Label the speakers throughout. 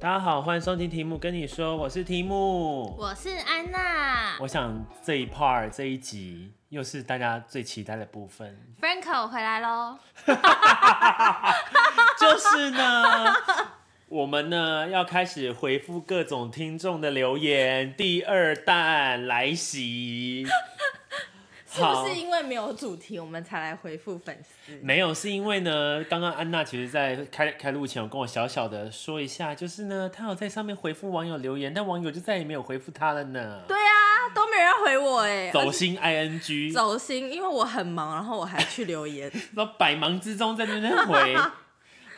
Speaker 1: 大家好，欢迎收听题目跟你说，我是题目。
Speaker 2: 我是安娜
Speaker 1: 我想这一 part 这一集又是大家最期待的部分，
Speaker 2: ，Franco 回来喽。
Speaker 1: 就是呢，我们呢要开始回复各种听众的留言，第二弹来袭。
Speaker 3: 是不是因为没有主题，我们才来回复粉丝？
Speaker 1: 没有，是因为呢，刚刚安娜其实，在开开录前，有跟我小小的说一下，就是呢，她有在上面回复网友留言，但网友就再也没有回复她了呢。
Speaker 3: 对啊，都没人要回我哎、
Speaker 1: 走心 ing，
Speaker 3: 走心，因为我很忙，然后我还去留言。
Speaker 1: 然后百忙之中在那边回。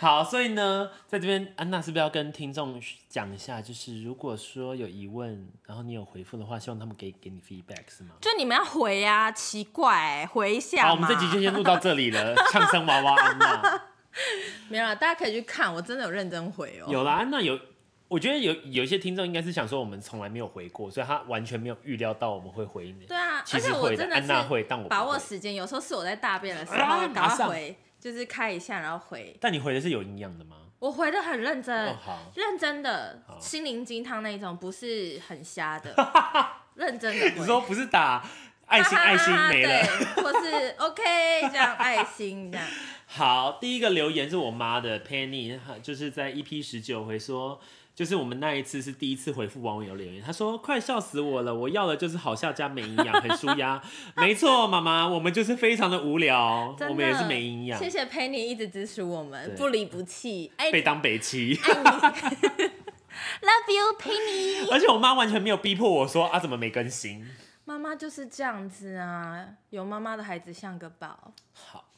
Speaker 1: 好，所以呢，在这边安娜是不是要跟听众讲一下，就是如果说有疑问，然后你有回复的话，希望他们给给你 feedback 是吗？
Speaker 3: 就你们要回呀、啊，奇怪、回一下嘛。
Speaker 1: 好，我们这集就先录到这里 了。唱生娃娃安娜
Speaker 3: 没有啦，大家可以去看，我真的有认真回哦、
Speaker 1: 有啦，安娜有，我觉得有有一些听众应该是想说我们从来没有回过，所以他完全没有预料到我们会回你。
Speaker 3: 对啊，
Speaker 1: 其
Speaker 3: 而
Speaker 1: 实
Speaker 3: 且
Speaker 1: 会
Speaker 3: 我
Speaker 1: 的
Speaker 3: 真的
Speaker 1: 安娜
Speaker 3: 是
Speaker 1: 会但我不
Speaker 3: 把握
Speaker 1: 会
Speaker 3: 时间，有时候是我在大便的时
Speaker 1: 啊
Speaker 3: 候，
Speaker 1: 马
Speaker 3: 赶
Speaker 1: 上
Speaker 3: 快回，就是开一下，然后回。
Speaker 1: 但你回的是有营养的吗？
Speaker 3: 我回的很认真，
Speaker 1: 哦好
Speaker 3: 认真的
Speaker 1: 好
Speaker 3: 心灵鸡汤那一种，不是很瞎 的，认真的回。
Speaker 1: 你说不是打爱心爱心没了？
Speaker 3: 对，或是 OK 这样爱心 这样，
Speaker 1: 好，第一个留言是我妈的 Penny，她就是在 EP 十九回说，就是我们那一次是第一次回复网友留言，她说快笑死我了，我要的就是好笑加没营养，很舒 压。没错，妈妈，我们就是非常的无聊，
Speaker 3: 真的
Speaker 1: 我们也是没营养
Speaker 3: 谢，谢 Penny 一直支持我们
Speaker 1: 对，
Speaker 3: 不离不弃，哎爱
Speaker 1: 被
Speaker 3: 你
Speaker 1: 当北齐。
Speaker 3: 哎，Love you Penny。
Speaker 1: 而且我妈完全没有逼迫我说啊，怎么没更新？
Speaker 3: 妈妈就是这样子啊，有妈妈的孩子像个宝。
Speaker 1: 好，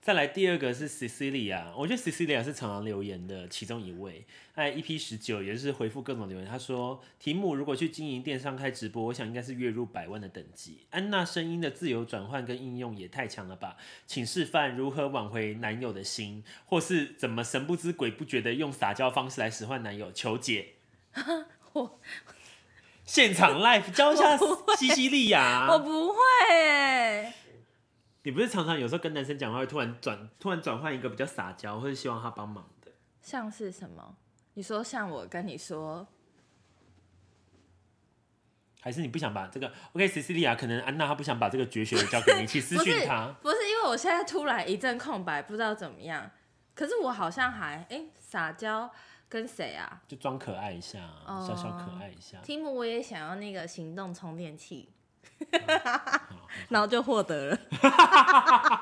Speaker 1: 再来第二个是 Cecilia，我觉得 Cecilia 是常常留言的其中一位，在 EP 十九也是回复各种留言。他说，题目如果去经营电商开直播，我想应该是月入百万的等级。安娜声音的自由转换跟应用也太强了吧？请示范如何挽回男友的心，或是怎么神不知鬼不觉的用撒娇方式来使唤男友，求解。
Speaker 3: 我
Speaker 1: 现场 live 教一下西西利亚，
Speaker 3: 我不会哎，
Speaker 1: 你不是常常有时候跟男生讲话会突然转突然转换一个比较撒娇，或是希望他帮忙的？
Speaker 3: 像是什么？你说像我跟你说，
Speaker 1: 还是你不想把这个？OK，Cecilia，、可能安娜她不想把这个绝学交给你，去 私
Speaker 3: 不
Speaker 1: 讯
Speaker 3: 是
Speaker 1: 她。
Speaker 3: 不是，因为我现在突然一阵空白，不知道怎么样。可是我好像还哎、撒娇跟谁啊？
Speaker 1: 就装可爱一下，
Speaker 3: 哦
Speaker 1: 小小可爱一下。
Speaker 3: 题目我也想要那个行动充电器，
Speaker 1: 哦
Speaker 3: 然后就获 得了。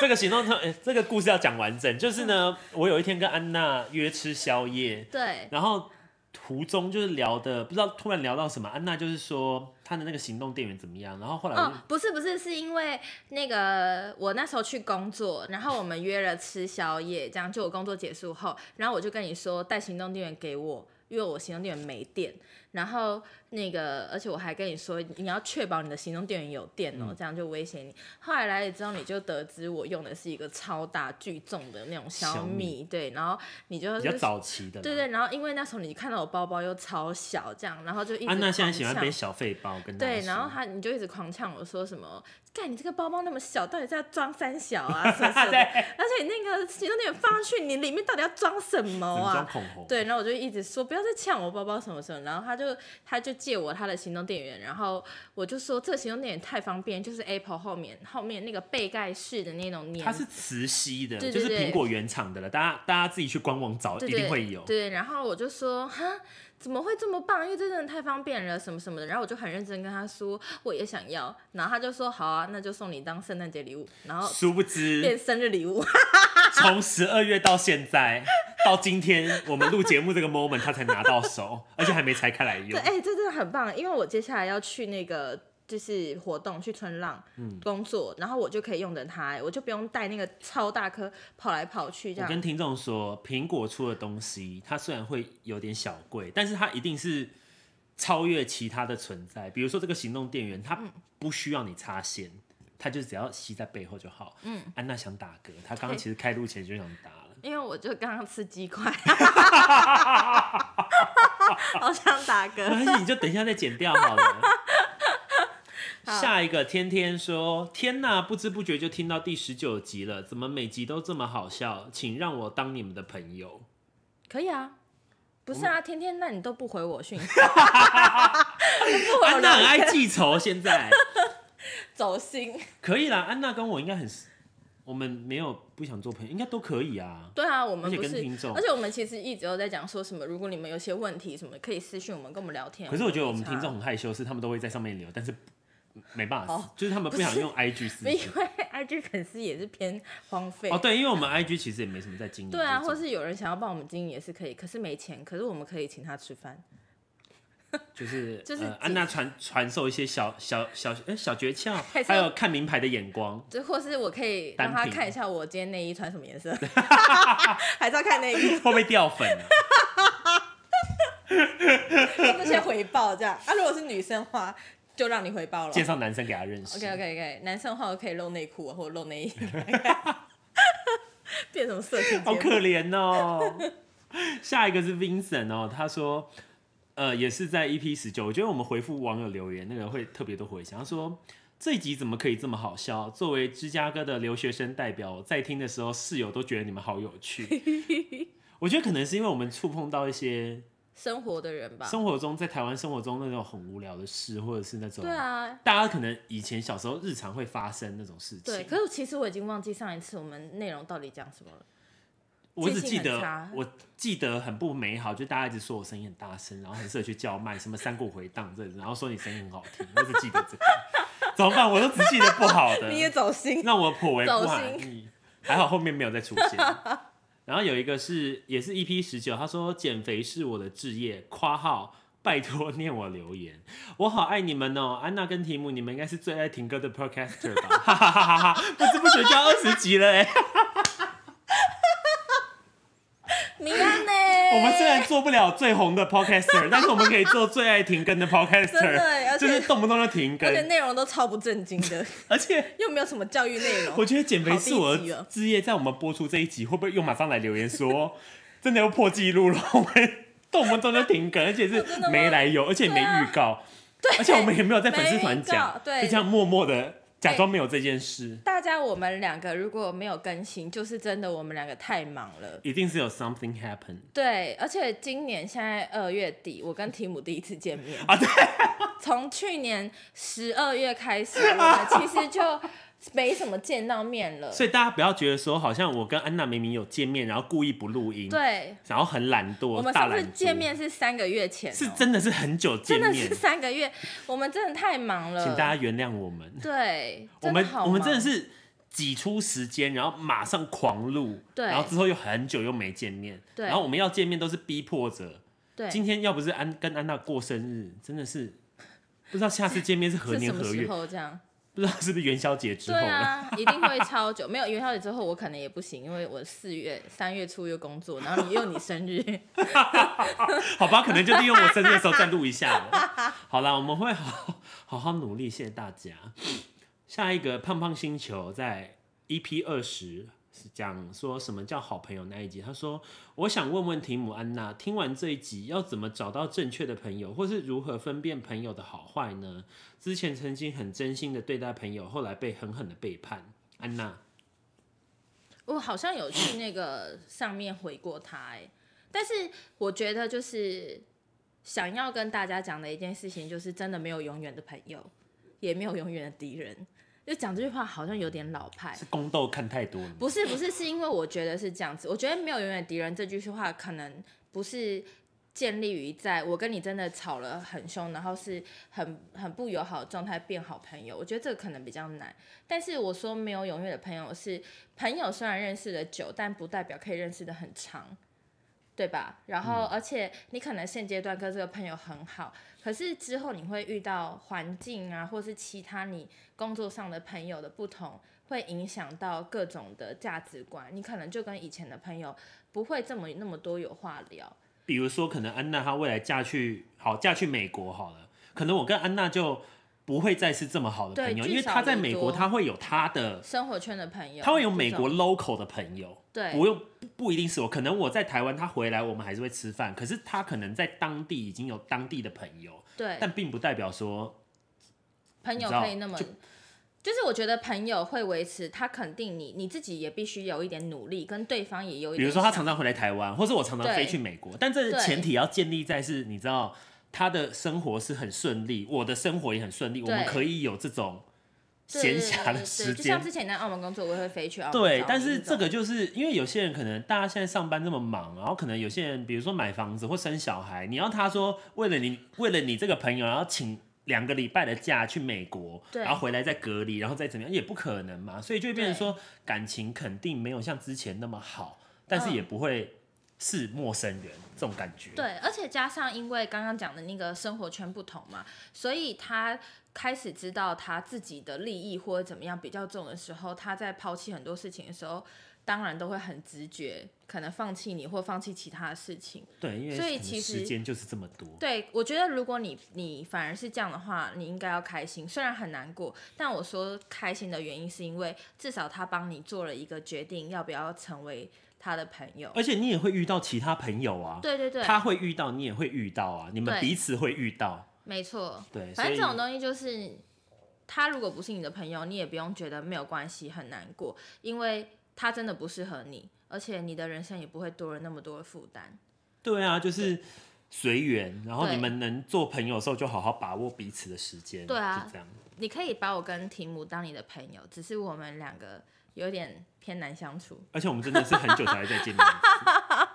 Speaker 1: 这个行动特，哎这个故事要讲完整。就是呢，我有一天跟安娜约吃宵夜，
Speaker 3: 对，
Speaker 1: 然后途中就是聊的，不知道突然聊到什么，安娜就是说她的那个行动电源怎么样，然后后来我就、
Speaker 3: 哦，不是不是，是因为那个我那时候去工作，然后我们约了吃宵夜，这样就我工作结束后，然后我就跟你说带行动电源给我，因为我行动电源没电。然后那个，而且我还跟你说，你要确保你的行动电源有电
Speaker 1: 嗯
Speaker 3: 哦，这样就威胁你。后来来了之后，你就得知我用的是一个超大巨重的那种
Speaker 1: 小
Speaker 3: 小
Speaker 1: 米
Speaker 3: 米，对，然后你就
Speaker 1: 比较
Speaker 3: 是
Speaker 1: 早期的。
Speaker 3: 对。对，然后因为那时候你看到我包包又超小，这样，然后就一直
Speaker 1: 安娜现在喜欢
Speaker 3: 狂
Speaker 1: 背
Speaker 3: 呛
Speaker 1: 小费包，跟大家
Speaker 3: 对，
Speaker 1: 说
Speaker 3: 然后他你就一直狂呛我说什么，干你这个包包那么小，到底在装三小 啊什么什么的，
Speaker 1: 对
Speaker 3: 而且你那个行动点放上去，你里面到底要装什么
Speaker 1: 只能装
Speaker 3: 啊？
Speaker 1: 口红。
Speaker 3: 对，然后我就一直说不要再呛我包包什么什么，然后他就他就借我他的行动电源，然后我就说这个行动电源太方便，就是 Apple 后面后面那个背盖式的那种粘
Speaker 1: 它是磁吸的，
Speaker 3: 对
Speaker 1: 就
Speaker 3: 对
Speaker 1: 是
Speaker 3: 对
Speaker 1: 苹果原厂的了。大家大家自己去官网找，
Speaker 3: 对
Speaker 1: 一
Speaker 3: 对
Speaker 1: 定会 有。
Speaker 3: 对，然后我就说哈，怎么会这么棒？因为这真的太方便了，什么什么的。然后我就很认真跟他说，我也想要。然后他就说好啊，那就送你当圣诞节礼物，然后
Speaker 1: 殊不
Speaker 3: 变
Speaker 1: 知，
Speaker 3: 生日礼物。
Speaker 1: 从十二月到现在，到今天我们录节目这个 moment，他才拿到手， 而且还没拆开来
Speaker 3: 对，
Speaker 1: 用。
Speaker 3: 哎、这真的很棒，因为我接下来要去那个。就是活动去春浪
Speaker 1: 嗯
Speaker 3: 工作，然后我就可以用着它、哎我就不用带那个超大颗跑来跑去这
Speaker 1: 我跟
Speaker 3: 样。
Speaker 1: 听众说，苹果出的东西，它虽然会有点小贵，但是它一定是超越其他的存在。比如说这个行动电源，它
Speaker 3: 嗯
Speaker 1: 不需要你插线，它就只要吸在背后就好。嗯，安娜想打嗝，她刚刚
Speaker 3: 对
Speaker 1: 其实开录前就想打了。
Speaker 3: 因为我就刚刚吃 鸡块， 好想打嗝。
Speaker 1: 没关哎系，你就等一下再剪掉好了。 下一个天天说：“天呐，不知不觉就听到第十九集了，怎么每集都这么好笑？请让我当你们的朋友。
Speaker 3: 可以啊，不是啊，天天那你都不 回我讯息，不回我
Speaker 1: 安娜很
Speaker 3: 聊天
Speaker 1: 爱记仇，现在
Speaker 3: 走心。
Speaker 1: 可以啦。安娜跟我应该很，我们没有不想做朋友，应该都可以啊。
Speaker 3: 对啊，我们
Speaker 1: 而且
Speaker 3: 不
Speaker 1: 跟
Speaker 3: 是
Speaker 1: 听众，
Speaker 3: 而且我们其实一直都在讲说什么，如果你们有些问题什么，可以私信我们跟我们聊天。
Speaker 1: 可是我觉得我们
Speaker 3: 没差
Speaker 1: 听众很害羞，是他们都会在上面留，但是没办法，
Speaker 3: 哦
Speaker 1: 就是他们不想 用 IG 私
Speaker 3: 因
Speaker 1: 信。
Speaker 3: 为 IG 粉丝也是偏荒废。
Speaker 1: 哦，对，因为我们 IG 其实也没什么在经营这
Speaker 3: 对
Speaker 1: 种。
Speaker 3: 啊，或是有人想要帮我们经营也是可以，可是没钱，可是我们可以请他吃饭。
Speaker 1: 就是
Speaker 3: 就是
Speaker 1: 呃
Speaker 3: 记
Speaker 1: 安娜传传授一些小小小哎小诀窍，
Speaker 3: 还是
Speaker 1: 还有看名牌的眼光。
Speaker 3: 就或是我可以让他
Speaker 1: 单品
Speaker 3: 看一下我今天内衣穿什么颜 色， 还是要看内衣，
Speaker 1: 会 不会掉粉啊？
Speaker 3: 用这些回报这样。啊，如果是女生的话，就让你回报了。
Speaker 1: 介绍男生给他认 识。
Speaker 3: OK OK OK，男生的话我可以露内裤啊或者露 内衣，变什么色情节目？
Speaker 1: 好可怜哦。 下一个是 Vincent 哦，他说，呃，也是在 EP 十九，我觉得我们回复网友留言那个会特别多回响，他说。这一集怎么可以这么好笑？作为芝加哥的留学生代表，我在听的时候，室友都觉得你们好有趣。 我觉得可能是因为我们触碰到一些
Speaker 3: 生活的人吧。
Speaker 1: 生活中在台湾生活中那种很无聊的事，或者是那种
Speaker 3: 对啊，
Speaker 1: 大家可能以前小时候日常会发生那种事情。
Speaker 3: 对。可是其实我已经忘记上一次我们内容到底讲什么 了。
Speaker 1: 我只记
Speaker 3: 记性很
Speaker 1: 得
Speaker 3: 差，
Speaker 1: 我记得很不美好，就大家一直说我声音很大声，然后很适合去叫卖，什么三顾回荡这，然后说你声音很好听，我只记得这 个，怎么办？我都只记得不好的，
Speaker 3: 走 心。
Speaker 1: 让我颇为不
Speaker 3: 走
Speaker 1: 满意。还好后面没有再出现。 然后有一个是也是 EP 十九，他说减肥是我的志业，括号拜托念我留言，我好爱你们哦，安娜跟提姆，你们应该是最爱听歌的 podcaster 吧， 哈哈哈哈哈，不知不觉就要二十集了哎。
Speaker 3: 米安呢？
Speaker 1: 我们虽然做不了最红的 podcaster，但是我们可以做最爱停更的 podcaster，
Speaker 3: 真的而且
Speaker 1: 就是动不动就停更
Speaker 3: 而，且内容都超不正经的，
Speaker 1: 而且。
Speaker 3: 又没有什么教育内 容
Speaker 1: 我。觉得减肥是我
Speaker 3: 好低级
Speaker 1: 的
Speaker 3: 哦
Speaker 1: 职业，在我们播出这一集，会不会又马上来留言 说，真的又破纪录了？我们动不动就停更，而且 是
Speaker 3: 吗啊
Speaker 1: 没来由，而且没预告，而且我们也没有在粉丝团
Speaker 3: 没预
Speaker 1: 讲
Speaker 3: 告，对
Speaker 1: 就这样默默的假装没有这件事，
Speaker 3: 大家我们两个如果没有更新，就是真的我们两个太忙了。
Speaker 1: 一定是有 something happen。
Speaker 3: 对，而且今年现在二月底，我跟提姆第一次见面
Speaker 1: 啊对，
Speaker 3: 从去年十二月开始，我们其实就没什么见到面了。
Speaker 1: 所以大家不要觉得说，好像我跟安娜明明有见面，然后故意不录音，
Speaker 3: 对，
Speaker 1: 然后很懒惰，
Speaker 3: 我们
Speaker 1: 大
Speaker 3: 上
Speaker 1: 懒
Speaker 3: 次
Speaker 1: 猪
Speaker 3: 见面是三个月前哦、
Speaker 1: 是真的是很久见
Speaker 3: 真的
Speaker 1: 面
Speaker 3: 是，三个月，我们真的太忙了。
Speaker 1: 请大家原谅我们。
Speaker 3: 对，
Speaker 1: 我们
Speaker 3: 真的好
Speaker 1: 我们真的
Speaker 3: 忙
Speaker 1: 是挤出时间，然后马上狂录，
Speaker 3: 对
Speaker 1: 然后之后又很久又没见面，
Speaker 3: 对
Speaker 1: 然后我们要见面都是逼迫着。
Speaker 3: 对，
Speaker 1: 今天要不是安跟安娜过生日，真的是不知道下次见面是何
Speaker 3: 是
Speaker 1: 年
Speaker 3: 什么
Speaker 1: 何
Speaker 3: 时
Speaker 1: 月，
Speaker 3: 候这样？
Speaker 1: 不知道是不是元宵节之
Speaker 3: 对
Speaker 1: 后了。
Speaker 3: 啊，一定会超久。没有元宵节之后，我可能也不行，因为我四月、三月初又工作，然后你又你生日，
Speaker 1: 好吧，可能就利用我生日的时候再录一下了。好啦，我们会好好好努力，谢谢大家。下一个胖胖星球在 EP 二十是讲说什么叫好朋友那一集，他说我想问问提姆安娜，听完这一集要怎么找到正确的朋友，或是如何分辨朋友的好坏呢？之前曾经很真心的对待朋友，后来被狠狠的背叛。安娜，
Speaker 3: 我好像有去那个上面回过他哎、但是我觉得就是想要跟大家讲的一件事情，就是真的没有永远的朋友，也没有永远的敌人。就讲这句话好像有点老派，
Speaker 1: 是宫斗看太多了吗，
Speaker 3: 不是不是，是因为我觉得是这样子。我觉得没有永远敌人这句话，可能不是建立于在我跟你真的吵了很凶，然后是很很不友好的状态变好朋友。我觉得这个可能比较难。但是我说没有永远的朋友是朋友，虽然认识的久，但不代表可以认识的很长。对吧？然后，而且你可能现阶段跟这个朋友很好，可是之后你会遇到环境啊，或是其他你工作上的朋友的不同，会影响到各种的价值观。你可能就跟以前的朋友不会这么那么多有话聊。
Speaker 1: 比如说，可能安娜她未来嫁去好嫁去美国好了，可能我跟安娜就不会再是这么好的朋友，
Speaker 3: 对
Speaker 1: 因为
Speaker 3: 聚少
Speaker 1: 她在
Speaker 3: 离
Speaker 1: 美
Speaker 3: 多
Speaker 1: 国，她会有她的，
Speaker 3: 生活圈的朋友，
Speaker 1: 她会有美国
Speaker 3: 这种
Speaker 1: local 的朋友，
Speaker 3: 对
Speaker 1: 不用不不一定是我，可能我在台湾，她回来我们还是会吃饭，可是她可能在当地已经有当地的朋友，
Speaker 3: 对
Speaker 1: 但并不代表说
Speaker 3: 朋
Speaker 1: 你
Speaker 3: 友
Speaker 1: 知道
Speaker 3: 可以那么
Speaker 1: 就
Speaker 3: 就是我觉得朋友会维持，他肯定你，你自己也必须有一点努力，跟对方也有一
Speaker 1: 比
Speaker 3: 点想。
Speaker 1: 如说他常常回来台湾，或是我常常飞去美国，但这
Speaker 3: 对
Speaker 1: 前提要建立在是你知道他的生活是很顺利，我的生活也很顺利，我们
Speaker 3: 对
Speaker 1: 可以有这种闲
Speaker 3: 对
Speaker 1: 暇的时
Speaker 3: 对对对就像
Speaker 1: 间
Speaker 3: 之。前你在澳门工作，我也会飞去澳门找你那
Speaker 1: 对
Speaker 3: 种。，
Speaker 1: 但是这个就是因为有些人可能大家现在上班这么忙，然后可能有些人比如说买房子或生小孩，你要他说为了你为了你这个朋友，然后请两个礼拜的假去美国，
Speaker 3: 对
Speaker 1: 然后回来再隔离，然后再怎么样也不可能嘛，所以就会变成说感情肯定没有像之前那么好，但是也不会是陌生人这种感觉。
Speaker 3: 嗯对，而且加上因为刚刚讲的那个生活圈不同嘛，所以他开始知道他自己的利益或者怎么样比较重的时候，他在抛弃很多事情的时候，当然都会很直觉，可能放弃你或放弃其他的事情。
Speaker 1: 对，因为
Speaker 3: 所以
Speaker 1: 可能
Speaker 3: 其实
Speaker 1: 时间就是这么多。
Speaker 3: 对，我觉得如果你你反而是这样的话，你应该要开心，虽然很难过，但我说开心的原因是因为至少他帮你做了一个决定，要不要成为他的朋友。
Speaker 1: 而且你也会遇到其他朋友啊，
Speaker 3: 对对对，
Speaker 1: 他会遇到，你也会遇到啊，你们
Speaker 3: 对
Speaker 1: 彼此会遇到。
Speaker 3: 没错。
Speaker 1: 对，所
Speaker 3: 反正
Speaker 1: 以
Speaker 3: 这种东西就是，他如果不是你的朋友，你也不用觉得没有关系很难过，因为他真的不适合你，而且你的人生也不会多了那么多的负担。
Speaker 1: 对啊，就是随缘，然后
Speaker 3: 对
Speaker 1: 你们能做朋友的时候就好好把握彼此的时间。
Speaker 3: 对啊
Speaker 1: 就这样。
Speaker 3: 你可以把我跟提姆当你的朋友，只是我们两个有点偏难相处，
Speaker 1: 而且我们真的是很久才会再 见面一次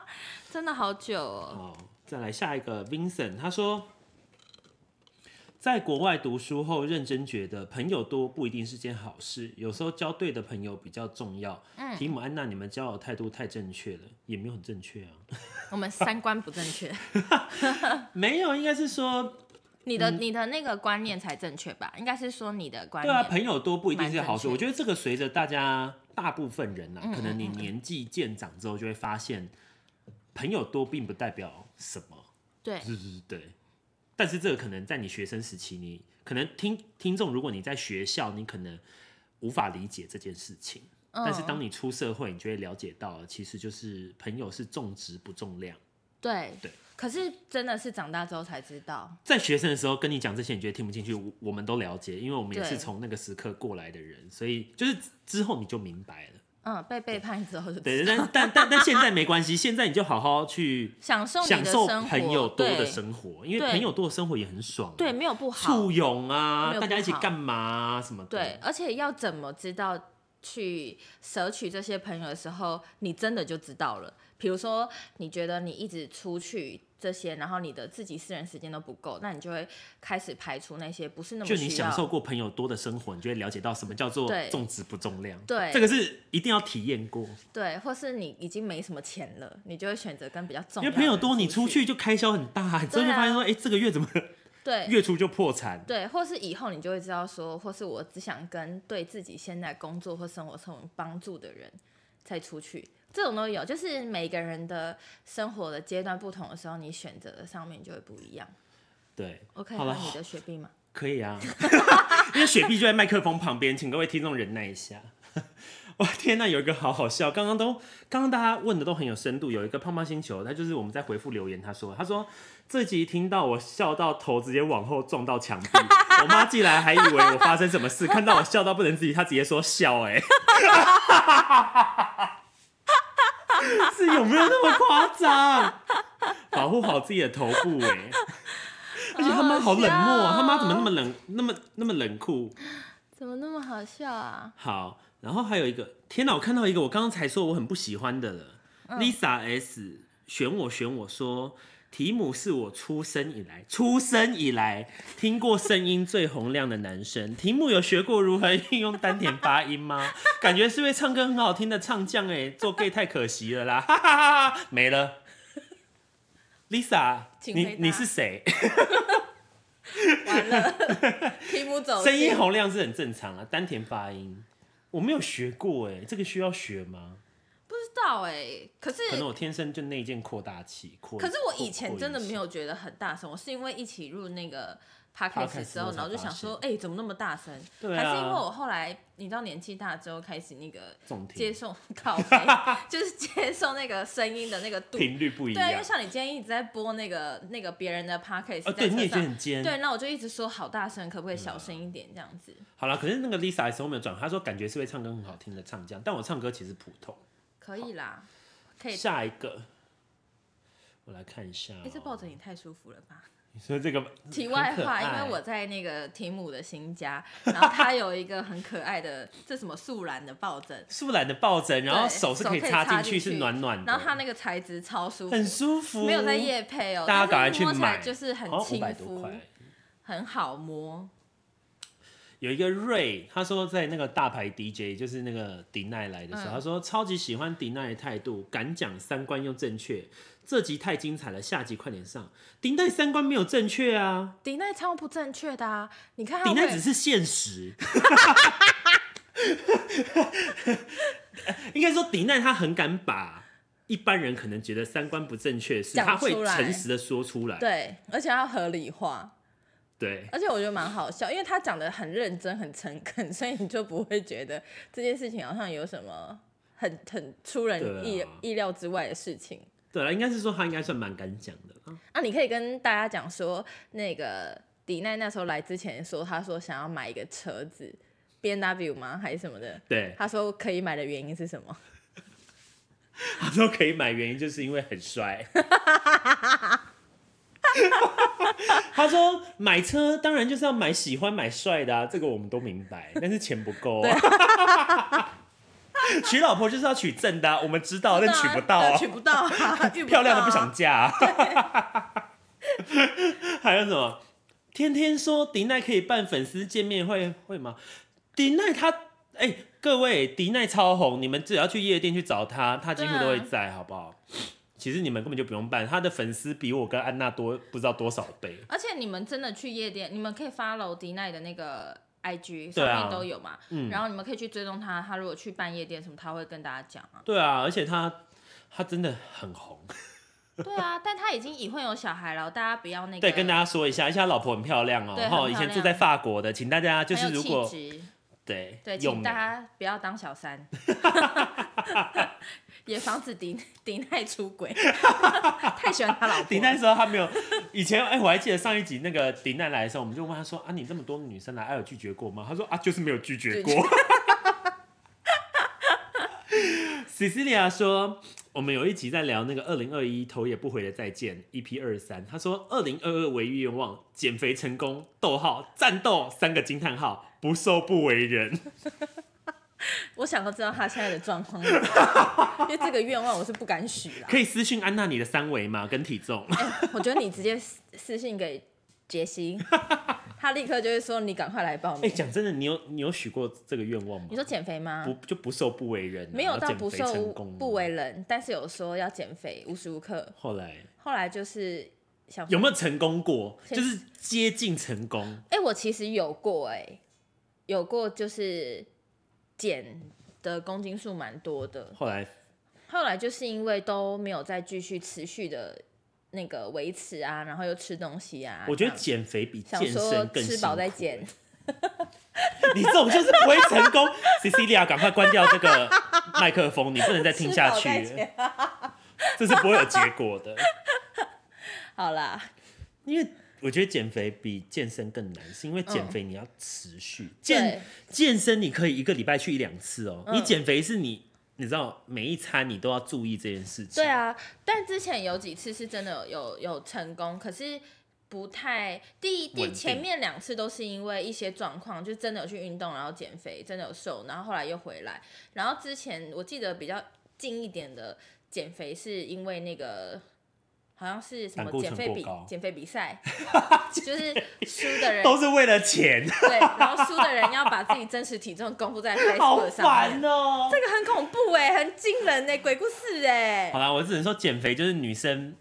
Speaker 3: 真的好久哦。
Speaker 1: 哦。再来下一个 Vincent，他说。在国外读书后，认真觉得朋友多不一定是件好事，有时候交对的朋友比较重要。
Speaker 3: 嗯
Speaker 1: 提姆、安娜，你们交友态度太正确了，也没有很正确啊。
Speaker 3: 我们三观不正确，
Speaker 1: 没有，应该是说，
Speaker 3: 你的、你的那个观念才正确吧？应该是说你的观
Speaker 1: 嗯对啊，
Speaker 3: 念。
Speaker 1: 朋友多不一定是好事。
Speaker 3: 蛮正确
Speaker 1: 我觉得这个随着大家大部分人呐、
Speaker 3: 嗯
Speaker 1: 可能你年纪渐长之后，就会发现，朋友多并不代表什么。
Speaker 3: 对
Speaker 1: 对对对对。但是这个可能在你学生时期你，可能听听众，如果你在学校，你可能无法理解这件事情。
Speaker 3: 嗯
Speaker 1: 但是当你出社会，你就会了解到，其实就是朋友是重质不重量。
Speaker 3: 对
Speaker 1: 对
Speaker 3: 可是真的是长大之后才知道，
Speaker 1: 在学生的时候跟你讲这些，你觉得听不进去，我我们都了解，因为我们也
Speaker 3: 对
Speaker 1: 是从那个时刻过来的人，所以就是之后你就明白了。
Speaker 3: 嗯，被背叛之后就知道
Speaker 1: 对，但但但但现在没关系，现在你就好好去
Speaker 3: 享受你
Speaker 1: 享
Speaker 3: 的
Speaker 1: 受
Speaker 3: 生活，
Speaker 1: 朋友多的
Speaker 3: 对
Speaker 1: 生活，因为
Speaker 3: 对
Speaker 1: 朋友多的生活也很爽、啊
Speaker 3: 对，，没有不好
Speaker 1: 簇，拥啊，
Speaker 3: 没有不
Speaker 1: 大家一起
Speaker 3: 好
Speaker 1: 干嘛、啊、什么的。
Speaker 3: 对，而且要怎么知道去舍取这些朋友的时候，你真的就知道了。比如说，你觉得你一直出去这些，然后你的自己私人时间都不够，那你就会开始排除那些不是那么
Speaker 1: 就你
Speaker 3: 需
Speaker 1: 享受
Speaker 3: 要。
Speaker 1: 过朋友多的生活，你就会了解到什么叫做
Speaker 3: 对
Speaker 1: 重质不重量。
Speaker 3: 对
Speaker 1: 这个是一定要体验过，
Speaker 3: 对，或是你已经没什么钱了，你就会选择跟比较重
Speaker 1: 因
Speaker 3: 要
Speaker 1: 为
Speaker 3: 的
Speaker 1: 朋友
Speaker 3: 人
Speaker 1: 多，你
Speaker 3: 出
Speaker 1: 出去就开销很大，你真的
Speaker 3: 对
Speaker 1: 会
Speaker 3: 啊
Speaker 1: 发现说，哎、这个月怎么
Speaker 3: 对
Speaker 1: 月初就破产？
Speaker 3: 对，或是以后你就会知道说，或是我只想跟对自己现在工作或生活上有帮助的人才出去，这种都有。就是每个人的生活的阶段不同的时候，你选择的上面就会不一样。
Speaker 1: 对
Speaker 3: 我可以
Speaker 1: 好了
Speaker 3: 拿你的雪碧吗？
Speaker 1: 可以啊，因为雪碧就在麦克风旁边，请各位听众忍耐一下。 哇天呐，有一个好好笑，刚刚都刚刚大家问的都很有深度。有一个胖胖星球，他就是我们在回复留言，他说他说这集听到我笑到头直接往后撞到墙壁，我妈进来还以为我发生什么事，看到我笑到不能自己，她直接说笑哎、欸是有没有那么夸张？保护好自己的头部哎、欸而且他妈好冷漠啊，他妈怎么那么冷，那么那么冷酷？
Speaker 3: 怎么那么好笑 啊？
Speaker 1: 好，然后还有一个，天哪！我看到一个我刚刚才说我很不喜欢的了、l
Speaker 3: 嗯
Speaker 1: i s a S 选我选我说，提姆是我出生以来出生以来听过声音最洪亮的男生。提姆有学过如何运用丹田发音 吗？感觉是位唱歌很好听的唱将哎、做 gay 太可惜了啦，哈哈哈哈，没了。Lisa，
Speaker 3: 请
Speaker 1: 你
Speaker 3: 回答
Speaker 1: 你是谁？
Speaker 3: 完了，题目走
Speaker 1: 声音
Speaker 3: 进
Speaker 1: 洪亮是很正常啊，丹田发音我没有学过哎、这个需要学吗？
Speaker 3: 不知道哎、可是
Speaker 1: 可能我天生就内建扩大器，扩
Speaker 3: 可是我
Speaker 1: 扩
Speaker 3: 以前
Speaker 1: 扩
Speaker 3: 真的
Speaker 1: 音
Speaker 3: 没
Speaker 1: 器
Speaker 3: 有觉得很大声，我是因为一起入那个 podcast
Speaker 1: podcast
Speaker 3: 之
Speaker 1: 之后
Speaker 3: 后，
Speaker 1: 才
Speaker 3: 然后就想说，哎、怎么那么大声？
Speaker 1: 对啊
Speaker 3: 还是因为我后来你知道年纪大之后开始那个
Speaker 1: 总听
Speaker 3: 接受靠背， 就是接受那个声音的那个度。
Speaker 1: 频率不一
Speaker 3: 对，因
Speaker 1: 样
Speaker 3: 为。像你今天一直在播那个那个别人的 podcast，、
Speaker 1: 哦，
Speaker 3: 在
Speaker 1: 对，你
Speaker 3: 车
Speaker 1: 也觉得
Speaker 3: 上。
Speaker 1: 很尖。
Speaker 3: 对，那我就一直说好大声，可不可以小声一
Speaker 1: 啊
Speaker 3: 点这样子？
Speaker 1: 好了，可是那个 Lisa S 后面有转，她说感觉是会唱歌很好听的唱将，但我唱歌其实普通。
Speaker 3: 可以啦，可以。
Speaker 1: 下一个，我来看一下哦、
Speaker 3: 哎、这抱着你太舒服了吧？
Speaker 1: 你说这个吧
Speaker 3: 题外
Speaker 1: 很可
Speaker 3: 话，
Speaker 1: 爱
Speaker 3: 因为我在那个提姆的新家，然后他有一个很可爱的， 这什么素兰的抱枕，
Speaker 1: 素懒的抱枕，然后
Speaker 3: 对
Speaker 1: 手是可以
Speaker 3: 手可以
Speaker 1: 插
Speaker 3: 插
Speaker 1: 进去，
Speaker 3: 进去
Speaker 1: 是暖暖的，
Speaker 3: 然后它那个材质超舒服，
Speaker 1: 很舒服，
Speaker 3: 没有在夜配哦，
Speaker 1: 大家赶快
Speaker 3: 但是
Speaker 1: 去
Speaker 3: 摸起来
Speaker 1: 买，
Speaker 3: 就是很
Speaker 1: 五
Speaker 3: 亲
Speaker 1: 百多
Speaker 3: 肤
Speaker 1: 块，。
Speaker 3: 很好摸。
Speaker 1: 有一个瑞，他说在那个大牌 DJ，就是那个迪奈来的时候，
Speaker 3: 嗯
Speaker 1: 他说超级喜欢迪奈的态度，敢讲三观又正确，这集太精彩了，下集快点上。迪奈三观没有正确啊，
Speaker 3: 迪奈超不正确的啊！你看他
Speaker 1: 迪奈
Speaker 3: 会
Speaker 1: 只是现实。 应该说迪奈他很敢把一般人可能觉得三观不正确的事，
Speaker 3: 讲
Speaker 1: 他会
Speaker 3: 出来
Speaker 1: 诚实的说出来。
Speaker 3: 对，而且要合理化，
Speaker 1: 对，
Speaker 3: 而且我觉得蛮好笑，因为他讲的很认真、很诚恳，所以你就不会觉得这件事情好像有什么很很出人意、
Speaker 1: 对啊
Speaker 3: 意料之外的事情。
Speaker 1: 对了，应该是说他应该算蛮敢讲的啦。
Speaker 3: 啊，你可以跟大家讲说，那个迪奈那时候来之前说，他说想要买一个车子，B N W 吗？还是什么的？
Speaker 1: 对，
Speaker 3: 他说可以买的原因是什么？
Speaker 1: 他说可以买，原因就是因为很 帅。他说买车当然就是要买喜欢买帅的啊，这个我们都明白，但是钱不够、啊。 娶老婆就是要娶正的啊、我们知道，但娶不到
Speaker 3: 对
Speaker 1: 啊，
Speaker 3: 娶不到 啊，遇
Speaker 1: 漂亮的
Speaker 3: 到
Speaker 1: 不
Speaker 3: 啊
Speaker 1: 想。嫁、啊。 还有什么？天天说迪奈可以办粉丝见面会，会吗？迪奈他，哎、各位，迪奈超红，你们只要去夜店去找他，他几乎都会在，好不好？其实你们根本就不用办，他的粉丝比我跟安娜多不知道多少倍。
Speaker 3: 而且你们真的去夜店，你们可以 follow 迪奈的那个 I G
Speaker 1: 对
Speaker 3: 上
Speaker 1: 啊
Speaker 3: 面都有嘛，
Speaker 1: 嗯
Speaker 3: 然后你们可以去追踪他，他如果去办夜店什么，他会跟大家讲
Speaker 1: 。
Speaker 3: 啊
Speaker 1: 对啊，而且他他真的很红。
Speaker 3: 对啊，但他已经已婚有小孩了，大家不要那个。
Speaker 1: 对，跟大家说一下，而且他老婆很漂亮哦、
Speaker 3: 对很
Speaker 1: 哈
Speaker 3: 漂
Speaker 1: 以前住
Speaker 3: 亮
Speaker 1: 在法国的，请大家就
Speaker 3: 很
Speaker 1: 是
Speaker 3: 有
Speaker 1: 如
Speaker 3: 气
Speaker 1: 果
Speaker 3: 质
Speaker 1: 对
Speaker 3: 对，
Speaker 1: 有
Speaker 3: 请
Speaker 1: 美
Speaker 3: 大家不要当 小三，也防止迪迪奈出 轨，太喜欢他老婆。
Speaker 1: 迪奈说他没有，以前哎、我还记得上一集那个迪奈来的时候，我们就问他说啊，你这么多女生来，还、有拒绝过吗？他说啊，就是没有拒绝过
Speaker 3: 拒。
Speaker 1: Cecilia 说，我们有一集在聊那个二零二一头也不回的再见 EP 二三，他说二零二二唯一愿望减肥成功，逗号战斗三个惊叹号，不瘦不为人。
Speaker 3: 我想都知道他现在的 状况，因为这个愿望我是不敢许啦。
Speaker 1: 可以私讯安娜你的三围吗？跟体重。
Speaker 3: 我觉得你直接私私信给 杰西，他立刻就会说你赶快来报
Speaker 1: 哎、
Speaker 3: 名。
Speaker 1: 讲真的，你有你有许过这个愿望吗
Speaker 3: 你？说减肥吗？
Speaker 1: 不就不瘦不为人啊、
Speaker 3: 没有
Speaker 1: 然后
Speaker 3: 到
Speaker 1: 减
Speaker 3: 不
Speaker 1: 肥
Speaker 3: 瘦
Speaker 1: 成功啊
Speaker 3: 不为人，但是有说要减肥，无时无刻。
Speaker 1: 后来
Speaker 3: 后来就是想说
Speaker 1: 有没有成功过？
Speaker 3: 先
Speaker 1: 就是接近成功，
Speaker 3: 哎、我其实有过哎、有过就是减的公斤数蛮多的，
Speaker 1: 后来
Speaker 3: 后来就是因为都没有再继续持续的那个维持啊，然后又吃东西啊，
Speaker 1: 我觉得
Speaker 3: 这样
Speaker 1: 减肥比
Speaker 3: 想
Speaker 1: 健
Speaker 3: 说
Speaker 1: 身更
Speaker 3: 吃
Speaker 1: 辛
Speaker 3: 饱
Speaker 1: 苦
Speaker 3: 再减，
Speaker 1: 你这种就是不会成功。Cecilia，赶快关掉这个麦克风，你不能再听
Speaker 3: 吃
Speaker 1: 下
Speaker 3: 饱
Speaker 1: 去
Speaker 3: 再
Speaker 1: 了，
Speaker 3: 减。
Speaker 1: 这是不会有结果的。
Speaker 3: 好啦，
Speaker 1: 因为我觉得减肥比健身更难，是因为减肥你要持续、
Speaker 3: 嗯对嗯
Speaker 1: 健健身你可以一个礼拜去一两次哦、你减肥是你你知道每一餐你都要注意这件事情。
Speaker 3: 对，啊，但之前有几次是真的有有有成功，可是不太第一
Speaker 1: 稳
Speaker 3: 第
Speaker 1: 定
Speaker 3: 前面两次都是因为一些状况，就真的有去运动，然后减肥，真的有瘦，然后后来又回来。然后之前我记得比较近一点的减肥是因为那个。好像是什
Speaker 1: 胆
Speaker 3: 么
Speaker 1: 固醇
Speaker 3: 减肥比
Speaker 1: 过高
Speaker 3: 减肥比 赛，就是输的人
Speaker 1: 都是为了钱，
Speaker 3: 对，然后输的人要把自己真实体重公布在
Speaker 1: 好
Speaker 3: Facebook 上
Speaker 1: 烦，
Speaker 3: 面
Speaker 1: 哦、
Speaker 3: 这个很恐怖哎、很惊人哎、鬼故事哎、
Speaker 1: 好啦，我只能说减肥就是女生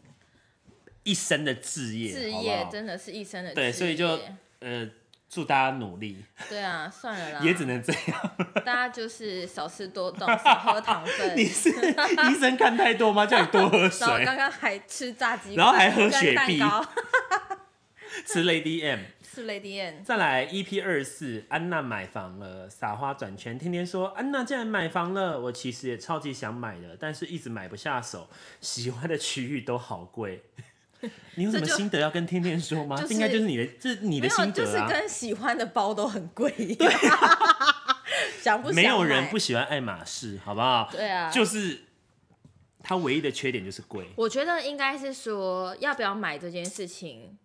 Speaker 1: 一生的志业，
Speaker 3: 置
Speaker 1: 好不
Speaker 3: 业
Speaker 1: 好
Speaker 3: 真的是一生的
Speaker 1: 对，
Speaker 3: 置
Speaker 1: 所以就
Speaker 3: 业
Speaker 1: 呃，祝大家努力，
Speaker 3: 对啊，算了啦，
Speaker 1: 也只能这样。
Speaker 3: 大家就是少吃多动，少喝糖 分。
Speaker 1: 你是医生看太 多吗？叫你多喝
Speaker 3: 然后
Speaker 1: 水，
Speaker 3: 刚刚还吃炸鸡块，
Speaker 1: 然后还喝
Speaker 3: 跟
Speaker 1: 雪
Speaker 3: 蛋
Speaker 1: 碧
Speaker 3: 糕，
Speaker 1: 是 Lady M。
Speaker 3: 是 Lady N，
Speaker 1: 再来 EP 二四，安娜买房了，撒花转圈，天天说安娜竟然买房了，我其实也超级想买的，但是一直买不下手，喜欢的区域都好贵。你有什么
Speaker 3: 这就
Speaker 1: 心得要跟天天说吗？
Speaker 3: 就是
Speaker 1: 这应该就是你的，这是你
Speaker 3: 没
Speaker 1: 的
Speaker 3: 有，
Speaker 1: 心
Speaker 3: 就是
Speaker 1: 得啊。
Speaker 3: 跟喜欢的包都很贵一 样，想不想
Speaker 1: 没有人
Speaker 3: 买
Speaker 1: 不喜欢爱马仕，好不好？
Speaker 3: 对啊，
Speaker 1: 就是它唯一的缺点就是贵。
Speaker 3: 我觉得应该是说要不要买这件事情，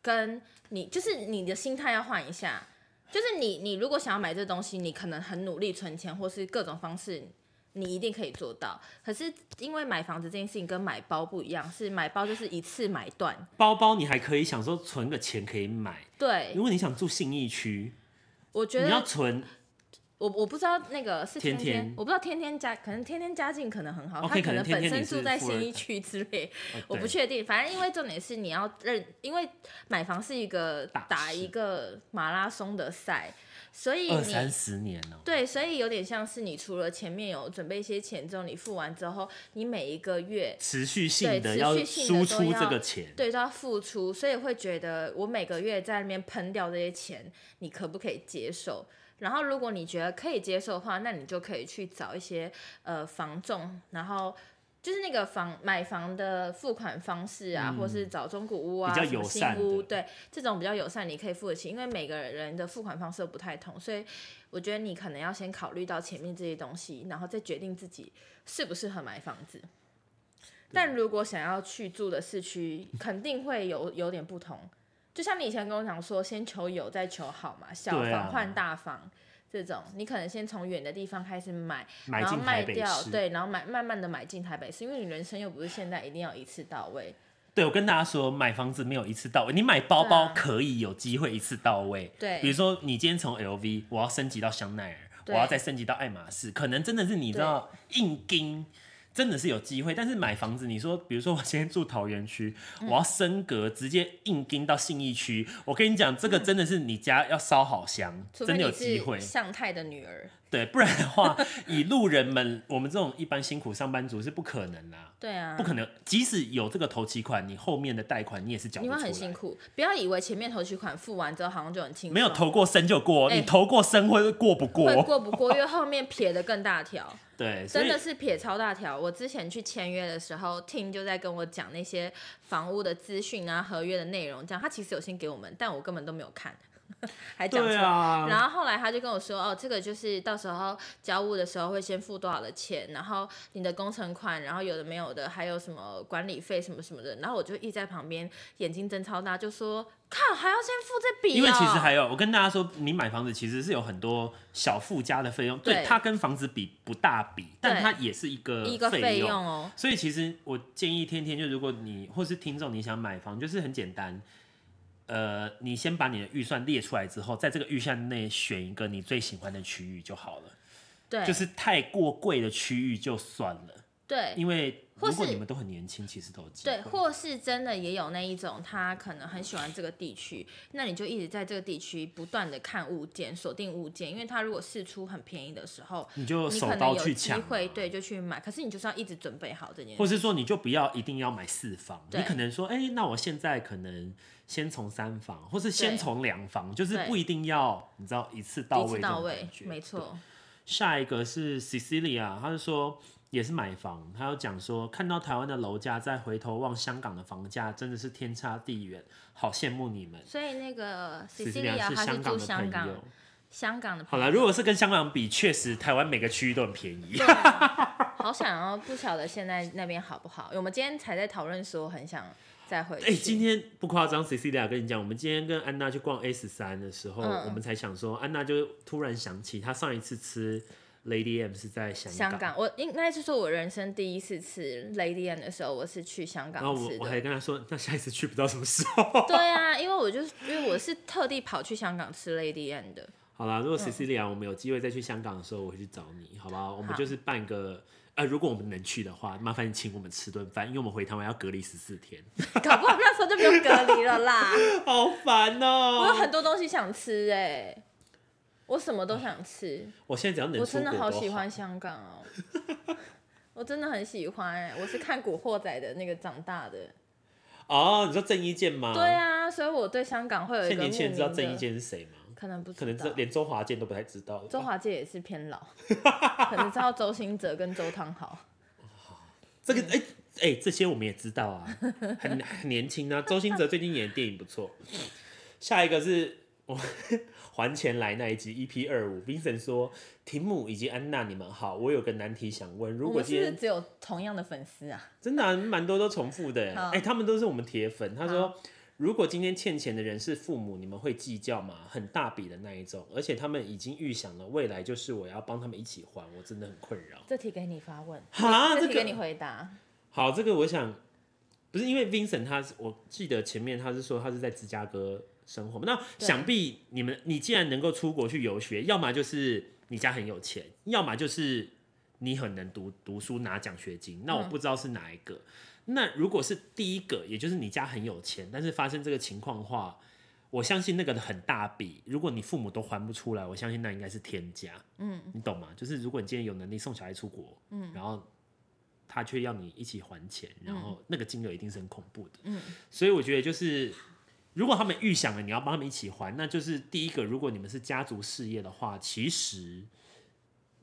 Speaker 3: 跟你就是你的心态要换一下。就是你你如果想要买这东西，你可能很努力存钱，或是各种方式，你一定可以做到。可是因为买房子这件事情跟买包不一样，是买包就是一次买断，
Speaker 1: 包包你还可以想说存个钱可以买，
Speaker 3: 对
Speaker 1: 如，果你想住信义区，
Speaker 3: 我觉
Speaker 1: 你要
Speaker 3: 得
Speaker 1: 存
Speaker 3: 我我不知道那个是天
Speaker 1: 天天
Speaker 3: 我不知道天天家可能天天家境可能很好，
Speaker 1: OK，
Speaker 3: 他
Speaker 1: 可能
Speaker 3: 能
Speaker 1: 天
Speaker 3: 本
Speaker 1: 天
Speaker 3: 身
Speaker 1: 你是
Speaker 3: 住在
Speaker 1: 富二
Speaker 3: 新一
Speaker 1: 代
Speaker 3: 区之类，
Speaker 1: 哦
Speaker 3: 我不
Speaker 1: 对
Speaker 3: 确定，反正因为重点是你要认，因为买房是一个
Speaker 1: 大事
Speaker 3: 打一个马拉松的赛，所以
Speaker 1: 二三
Speaker 3: 你
Speaker 1: 十年哦、
Speaker 3: 对，所以有点像是你除了前面有准备一些钱之后，你付完之后，你每一个月
Speaker 1: 持续性
Speaker 3: 对
Speaker 1: 的
Speaker 3: 持
Speaker 1: 要
Speaker 3: 续性
Speaker 1: 输
Speaker 3: 地
Speaker 1: 出
Speaker 3: 都要
Speaker 1: 这个钱。
Speaker 3: 对都要付出，所以会觉得我每个月在那边喷掉这些钱，你可不可以接受？然后如果你觉得可以接受的话，那你就可以去找一些呃房仲，然后。就是那个房买房的付款方式啊，或是找中古屋
Speaker 1: 嗯
Speaker 3: 啊，
Speaker 1: 比较
Speaker 3: 什么
Speaker 1: 友
Speaker 3: 新
Speaker 1: 善
Speaker 3: 屋，
Speaker 1: 的
Speaker 3: 对这种比较友善，你可以付得起，因为每个人的付款方式都不太同，所以我觉得你可能要先考虑到前面这些东西，然后再决定自己适不适合买房子。
Speaker 1: 啊
Speaker 3: 但如果想要去住的市区，肯定会有有点不同。就像你以前跟我讲说，先求有再求好嘛，小
Speaker 1: 对啊
Speaker 3: 房换大房、这种，你可能先从远的地方开始买，
Speaker 1: 买
Speaker 3: 然后
Speaker 1: 进台
Speaker 3: 卖
Speaker 1: 北
Speaker 3: 掉，
Speaker 1: 市。
Speaker 3: 对，然后买慢慢的买进台北市，因为你人生又不是现在一定要一次到位。
Speaker 1: 对，我跟大家说，买房子没有一次到位，你买包
Speaker 3: 对
Speaker 1: 包
Speaker 3: 啊
Speaker 1: 可以有机会一次到位。
Speaker 3: 对
Speaker 1: 比如说你今天从 LV，我要升级到香奈儿，我
Speaker 3: 对
Speaker 1: 要再升级到爱马仕，可能真的是你知道硬盯。真的是有机会，但是买房子，你说，比如说我今天住桃园区，
Speaker 3: 嗯
Speaker 1: 我要升格直接硬盯到信义区，我跟你讲，这个真的是你家要烧好香，
Speaker 3: 除
Speaker 1: 真
Speaker 3: 非
Speaker 1: 的有
Speaker 3: 你
Speaker 1: 机
Speaker 3: 是
Speaker 1: 会。
Speaker 3: 向太的女儿，
Speaker 1: 对，不然的话，以路人们，我们这种一般辛苦上班族是不可能啦、
Speaker 3: 对啊，
Speaker 1: 不可能，即使有这个头期款，你后面的贷款你也是缴不
Speaker 3: 你
Speaker 1: 出
Speaker 3: 会
Speaker 1: 来。
Speaker 3: 很辛苦。不要以为前面头取款付完之后好像就很轻松，
Speaker 1: 没有投过身就过，
Speaker 3: 哎
Speaker 1: 你投过身会过不
Speaker 3: 会
Speaker 1: 过？
Speaker 3: 过不过，因为后面撇的更大条。
Speaker 1: 对，所
Speaker 3: 真
Speaker 1: 以
Speaker 3: 的是撇超大条。我之前去签约的时候，Tim 就在跟我讲那些房屋的资讯啊、合约的内容，这样他其实有先给我们，但我根本都没有看， 还讲错。
Speaker 1: 对啊，
Speaker 3: 然后后来他就跟我说，哦，这个就是到时候交屋的时候会先付多少的钱，然后你的工程款，然后有的没有的，还有什么管理费什么什么的。然后我就一直在旁边眼睛睁超大，就说靠，还要先付这笔、哦，
Speaker 1: 因为其实还有，我跟大家说，你买房子其实是有很多小附加的费用，对，
Speaker 3: 对
Speaker 1: 它跟房子比不大比，但
Speaker 3: 对
Speaker 1: 它也是一个
Speaker 3: 一个费
Speaker 1: 费
Speaker 3: 用哦，
Speaker 1: 所以其实我建议天天，就如果你或是听众你想买房，就是很简单，呃，你先把你的预算列出来之后，在这个预算内选一个你最喜欢的区域就好了。
Speaker 3: 对，
Speaker 1: 就是太过贵的区域就算了，
Speaker 3: 对。
Speaker 1: 因为
Speaker 3: 哎或
Speaker 1: 如
Speaker 3: 是
Speaker 1: 果你们都很年轻，其实都有机
Speaker 3: 对，
Speaker 1: 会。
Speaker 3: 或是真的也有那一种，他可能很喜欢这个地区，那你就一直在这个地区不断的看物件，锁定物件，因为他如果试出很便宜的时候，
Speaker 1: 你就
Speaker 3: 你
Speaker 1: 手
Speaker 3: 可能
Speaker 1: 刀
Speaker 3: 有
Speaker 1: 去
Speaker 3: 机
Speaker 1: 抢，啊
Speaker 3: 会对，就去买。可是你就是要一直准备好这件
Speaker 1: 或
Speaker 3: 事。
Speaker 1: 是说你就不要一定要买四房，你
Speaker 3: 对
Speaker 1: 可能说，哎、那我现在可能先从三房，或是先
Speaker 3: 对
Speaker 1: 从两房，就是
Speaker 3: 对
Speaker 1: 不一定要你知道一次到
Speaker 3: 一
Speaker 1: 位
Speaker 3: 次
Speaker 1: 这种
Speaker 3: 到位
Speaker 1: 感，觉
Speaker 3: 没。错，
Speaker 1: 下一个是 Cecilia，她是说也是买房，她有讲说看到台湾的楼价，再回头望香港的房价，真的是天差地远，好羡慕你们。
Speaker 3: 所以那个
Speaker 1: Cecilia
Speaker 3: Cecilia 他
Speaker 1: 香
Speaker 3: 住
Speaker 1: 港的
Speaker 3: 香
Speaker 1: 朋友
Speaker 3: 港，。香港的
Speaker 1: 好
Speaker 3: 朋友，
Speaker 1: 了，如果是跟香港比，确实台湾每个区域都很便宜。
Speaker 3: 好想要，不晓得现在那边好不好？我们今天才在讨论说很想再回去。
Speaker 1: 哎、今天不夸张，Cecilia 跟你讲，我们今天跟安娜去逛 A 十三的时候，
Speaker 3: 嗯
Speaker 1: 我们才想说，安娜就突然想起她上一次吃 Lady M 是在香港，
Speaker 3: 香港，我应该是说，我人生第一次吃 Lady N 的时候，我是去香港
Speaker 1: 然后我
Speaker 3: 吃
Speaker 1: 我
Speaker 3: 的。
Speaker 1: 还跟她说，那下一次去不知道什么时 候。
Speaker 3: 对啊，因为我就是因为我是特地跑去香港吃 Lady N 的，
Speaker 1: 好啦，如果 Cecilia、我们有机会再去香港的时候，我会去找你，好不好？我们
Speaker 3: 好
Speaker 1: 就是办个。呃，如果我们能去的话，麻烦你请我们吃顿饭，因为我们回台湾要隔离十四天，
Speaker 3: 搞不好那时候就不用隔离了啦。
Speaker 1: 好烦 哦、
Speaker 3: 我有很多东西想吃哎、我什么都想吃，
Speaker 1: 我现在只要能
Speaker 3: 我
Speaker 1: 出
Speaker 3: 真
Speaker 1: 国
Speaker 3: 的
Speaker 1: 都
Speaker 3: 好喜欢香港哦、 欸我真的很喜欢哎、我是看《古惑仔》的那个长大的，
Speaker 1: 哦，你说郑伊健吗？
Speaker 3: 对，啊，所以我对香港会有一
Speaker 1: 现在
Speaker 3: 个
Speaker 1: 年轻人知道
Speaker 3: 莫
Speaker 1: 郑
Speaker 3: 名
Speaker 1: 伊
Speaker 3: 的
Speaker 1: 健是谁吗？
Speaker 3: 可能不知
Speaker 1: 可能
Speaker 3: 道
Speaker 1: 这连周华健都不太知道。
Speaker 3: 周华健也是偏 老，可能知道周星哲跟周汤豪。
Speaker 1: 这
Speaker 3: 嗯
Speaker 1: 个哎哎、这些我们也知道啊，很很年轻啊。周星哲最近演的电影不错。下一个是我 还钱来那一集 EP 二五，Vincent 说：“提姆以及安娜，你们好，我有个难题想问，如
Speaker 3: 我
Speaker 1: 果
Speaker 3: 们是
Speaker 1: 今
Speaker 3: 不是
Speaker 1: 天
Speaker 3: 只有同样的粉丝啊？
Speaker 1: 真的啊蛮、多都重复的耶，
Speaker 3: 好
Speaker 1: 哎、他们都是我们铁粉。”他说。
Speaker 3: 嗯
Speaker 1: 如果今天欠钱的人是父母，你们会计较吗？很大笔的那一种，而且他们已经预想了未来，就是我要帮他们一起还，我真的很困扰。
Speaker 3: 这题给你发问，
Speaker 1: 哈，
Speaker 3: 这
Speaker 1: 啊这个
Speaker 3: 题给你回答。
Speaker 1: 好，这个我想不是因为 Vincent 他是，我记得前面他是说他是在芝加哥生活嘛，那
Speaker 3: 对
Speaker 1: 想必你们你既然能够出国去游学，要么就是你家很有钱，要么就是你很能读读书拿奖学金。那我不知道是哪一个。那如果是第一个，也就是你家很有钱，但是发生这个情况的话，我相信那个的很大笔，如果你父母都还不出来，我相信那应该是天价。嗯，你懂吗？就是如果你今天有能力送小孩出国，嗯，然后他却要你一起还钱，然后那个金额一定是很恐怖的。嗯，所以我觉得就是，如果他们预想了你要帮他们一起还，那就是第一个，如果你们是家族事业的话，其实